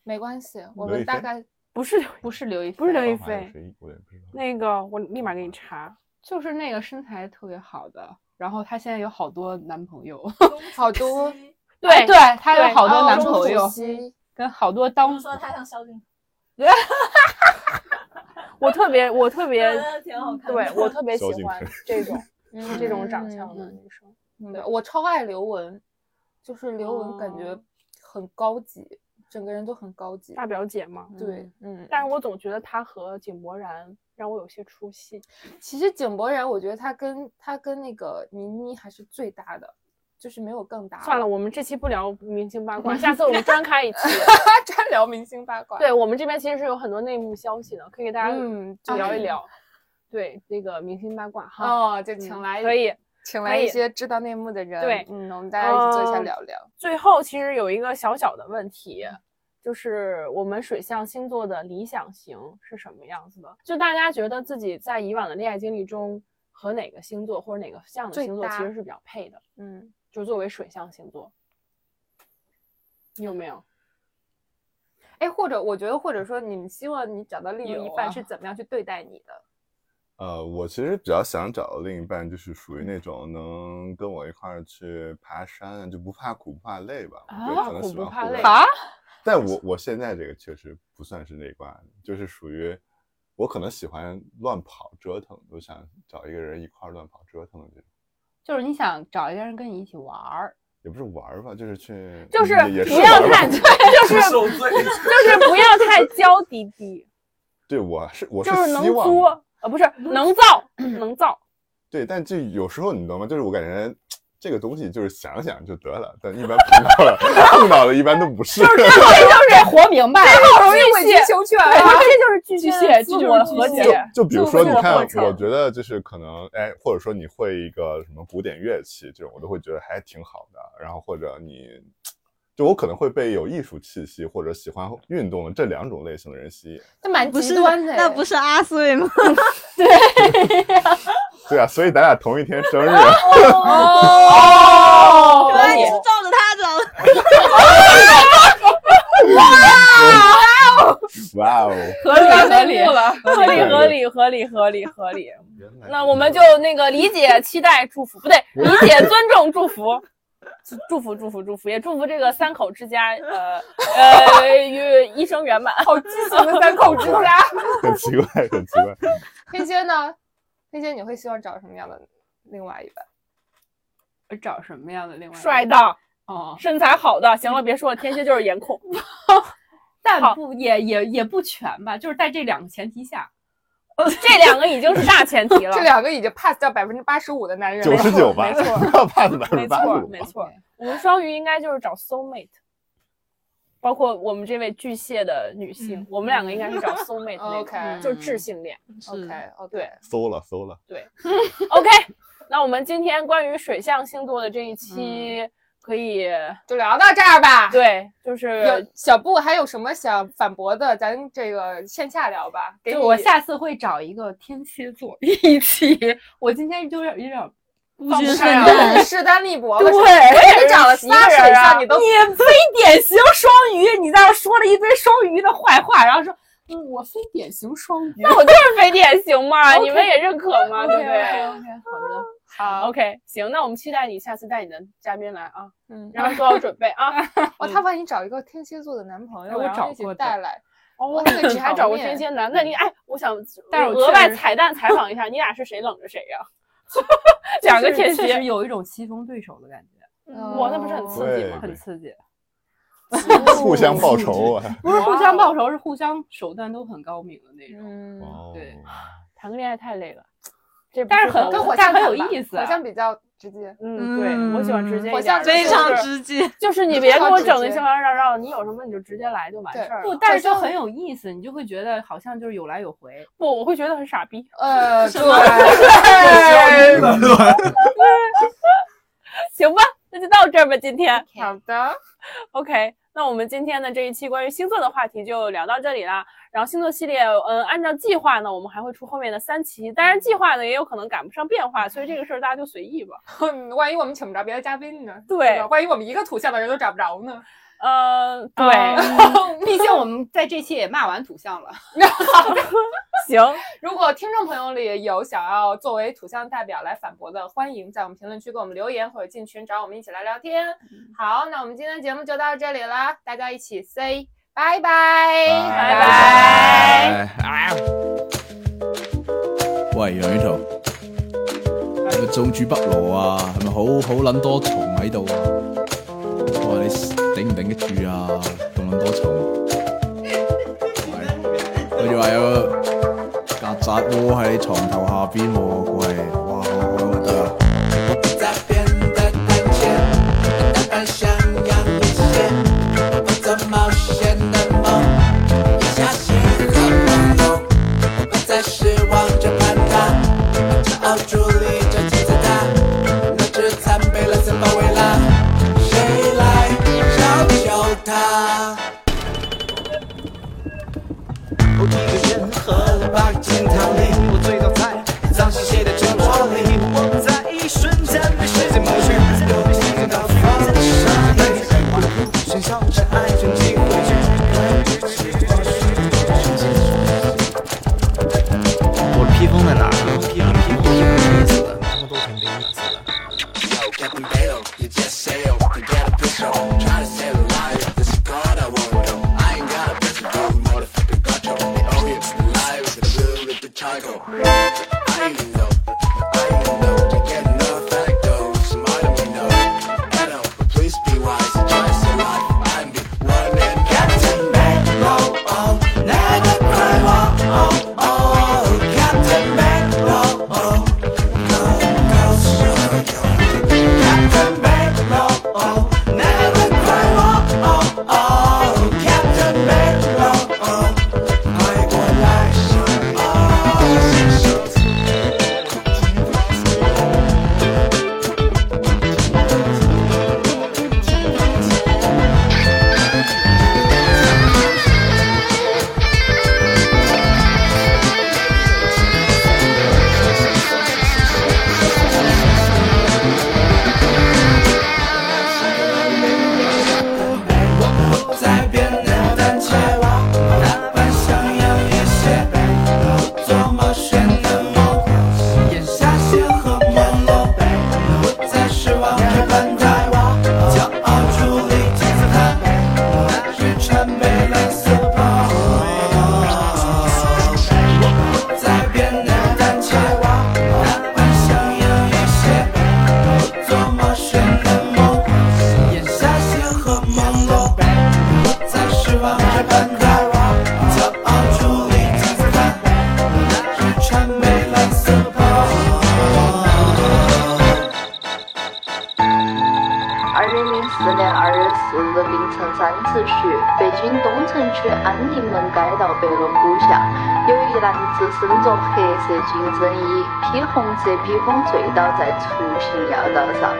没关系，我
刘亦
们大
菲
概
不是，
不是刘亦菲，
不是刘亦
方法有
菲
谁我也不知道。
那个，我立马给你查。
就是那个身材特别好的，然后她现在有好多男朋友，
好多
对
哎对，她有好多
哦
男
钟
朋
楚
友，
曦嗯
跟好多
比
当
如说他像萧敬腾，
我
我特别我特 别
挺好看的
对我特别喜
萧敬
欢
腾
这 种
嗯
这种长相的女生。
嗯，对我超爱刘雯，就是刘雯感觉很高级，整个人都很高级。
大表姐嘛，
对，嗯，
但是我总觉得她和井柏然让我有些出戏。
其实井柏然，我觉得他跟他跟那个倪妮还是最搭的，就是没有更搭。
算了，，我们这期不聊明星八卦，下次我们专开一 期。
专聊明星八卦。
对我们这边其实是有很多内幕消息的，可以给大家
嗯
就聊一
啊
聊。对那个明星八卦哈，
哦，就
嗯
请来
可以。
请
可
来一
以
些知道内幕的人。
对
嗯，我们大家一起坐下
嗯
聊聊。
最后其实有一个小小的问题，就是我们水象星座的理想型是什么样子的？就大家觉得自己在以往的恋爱经历中和哪个星座或者哪个象的
最
星座
搭
其实是比较配的？
嗯，
就作为水象 星座，你有没有？
哎，或者我觉得，或者说你们希望你找到另
有
一半
啊
是怎么样去对待你的？
呃，我其实比较想找的另一半就是属于那种能跟我一块儿去爬山啊，就不怕苦不怕累吧。我觉
啊
得可能
苦
喜
不
欢
怕
户
累
外
啊
但我我现在这个确实不算是那挂的，就是属于我可能喜欢乱跑折腾，我想找一个人一块儿乱跑折腾的这种，
就是你想找一个人跟你一起玩儿，
也不是玩儿吧，就是去
就是
也也
不要
玩儿吧
太，就是
受罪。
就是不要太娇滴滴，
对，我是我是
就是能
希望
作呃不是能造能造，
对，但这有时候你懂吗？就是我感觉这个东西就是想想就得了，但一般碰到了 碰到了，一般都不是。
就是活明白了。
好容易
委曲求 全
对，
了。
哎啊这就是巨
巨
蟹
蟹
的自
这就是
我
巨
和
蟹
解。
就比如
就
说，
这
你
个
看
过，
我
程
觉得就是可能，哎，或者说你会一个什么古典乐器这种，我都会觉得还挺好的。然后或者你，就我可能会被有艺术气息或者喜欢运动的这两种类型的人吸引。
这蛮
不
极
是
端的哎，
那不是阿穗吗？
对啊，所以咱俩同一天生 日，
哦，
原来你是照着他找的。
哇哦！
合理合理
合了，
合理合理合理合理合理。
原来
那我 们就那个理解、期待、祝福，不对，理解、尊重、祝福。祝福祝福祝福，也祝福这个三口之家，呃呃，与一生圆满。好畸形的三口之家，
很奇怪，很奇怪。
天蝎呢？天蝎你会希望找什么样的另外一半？
找什么样的另外 一
帅
半
的，
哦，
身材好的。行了，别说了，天蝎就是颜 控。
但
好
不也也也不全吧，就是在这两个前提 下，
这两个已经是大前 提了。
这两个已经 pass 掉百分之八十五的男人
九
了。
十九吧，
没错
不要怕百分
没
之八十
错
五
没。错，我们双鱼应该就是找 soul mate，包括我们这位巨蟹的女性，我们两个应该是找 soul mate 那种
嗯 OK
就是智性恋。
嗯
OK 哦 OK，
对
搜了搜了，
OK，那我们今天关于水象星座的这一期可以，
嗯就聊到这儿吧。
对，就是
有小布还有什么想反驳的？咱这个线下聊吧。给
就
你
我下次会找一个天蝎座一起。我今天就有点有点
孤
放不
军奋
开啊
战。
势单力薄了。
对
是吧我也
也
找了
是一个
仨水
人啊
象，你都
你非典型双鱼，你在那说了一堆双鱼的坏话，然 后说，嗯，我非典型 双鱼。
那我就是非典型嘛，你们也认可嘛， 对不对
啊好
好。
？OK，行，那我们期待你下次带你的嘉宾来啊，
嗯，
然后做好准备啊。
哦，他万一找一个天蝎座的男朋友，
嗯哎我
然后
找
一起
过的
带 来，
哦
那个
你还找过
场面
天蝎男？那你哎，我想
但是我
额
确
外
实
彩蛋采访一下，你俩是谁冷着谁呀？两个天
确实哦
蝎，
有一种棋逢对手的感觉，
哇，那不是很刺激
对
吗？
很刺激。
互相报仇啊！
不是互相报仇，是互相手段都很高明的那种。
嗯，
哦
对
谈个恋爱太累了，这不
但是
适合
很
我
跟火
但
象
很有
看吧
意思
火
啊
象比较直接。
嗯，对，我喜欢直接
火
一点
象
儿，
非
就
常
就是
直接，
就是你别给我
非常
整的
直接
喧喧嚷嚷，你有什么你就直接来就完事儿
对
不，
了。
嗯但是就很有意思，你就会觉得好像就是有来有回。
不，我会觉得很傻逼。
呃，对，
行吧，那就到这儿吧，今天。
好的，
OK，那我们今天的这一期关于星座的话题就聊到这里啦。然后星座系列，嗯，按照计划呢，我们还会出后面的三期，当然计划呢也有可能赶不上变化，所以这个事儿大家就随意吧。
哼嗯万一我们请不着别的嘉宾呢？
对
吧万一我们一个土象的人都找不着呢？
嗯，对，
毕竟我们在这期也骂完土象了。
行，
如果听众朋友里有想要作为土象代表来反驳的，欢迎在我们评论区给我们留言，或者进群找我们一起来聊天。好，那我们今天的节目就到这里啦，大家一起 say 拜拜，
拜
拜拜。
哎呀。
喂，梁呢圖，係咪做住北羅啊？係咪好好撚多蟲喺度啊？我話你頂唔頂得住啊？咁撚多蟲，佢就話有個曱甴窩喺你床頭下邊喎，喂，哇，好好核突啊！
我一个人喝了八斤汤力，我醉倒在脏兮兮的酒窝里，我在一瞬间被世界抹去，又被时间倒叙，在这上面喧嚣着爱卷进回去。
我披风在哪儿呢？披风披风披风没死的，他们都挺灵的。
在变得胆怯，打扮像样一些，做冒险的梦，咽下血和朦胧，不再失望这般待我，骄傲处理金字塔，那日常被蓝色包围。在变得胆怯，打扮像样一些，做冒险的梦，咽下血和朦胧。不再失望这般快活，骄傲处理金字塔，那日穿被蓝色袍。
二零零四年二月四日凌晨三时许，北京东城区安定门街道北龙谷下，有一男子身着黑色紧身衣，披红色披风醉倒在出行要道上。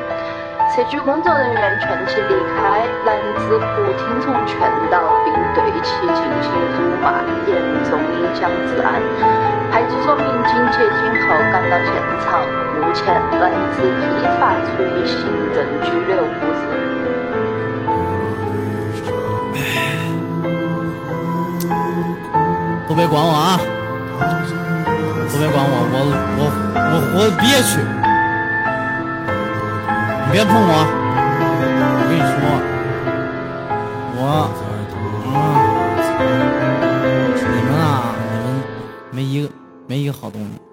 社区工作人员劝其离开，男子不听从劝导，并对其进行辱骂，严重影响治安。派出所民警接警后赶到现场，目前男子依法处以行政拘留五日。
都别管我啊！都别管我，我我我我憋屈，你别碰我！我跟你说，我，嗯，你们啊，你们没一个没一个好东西。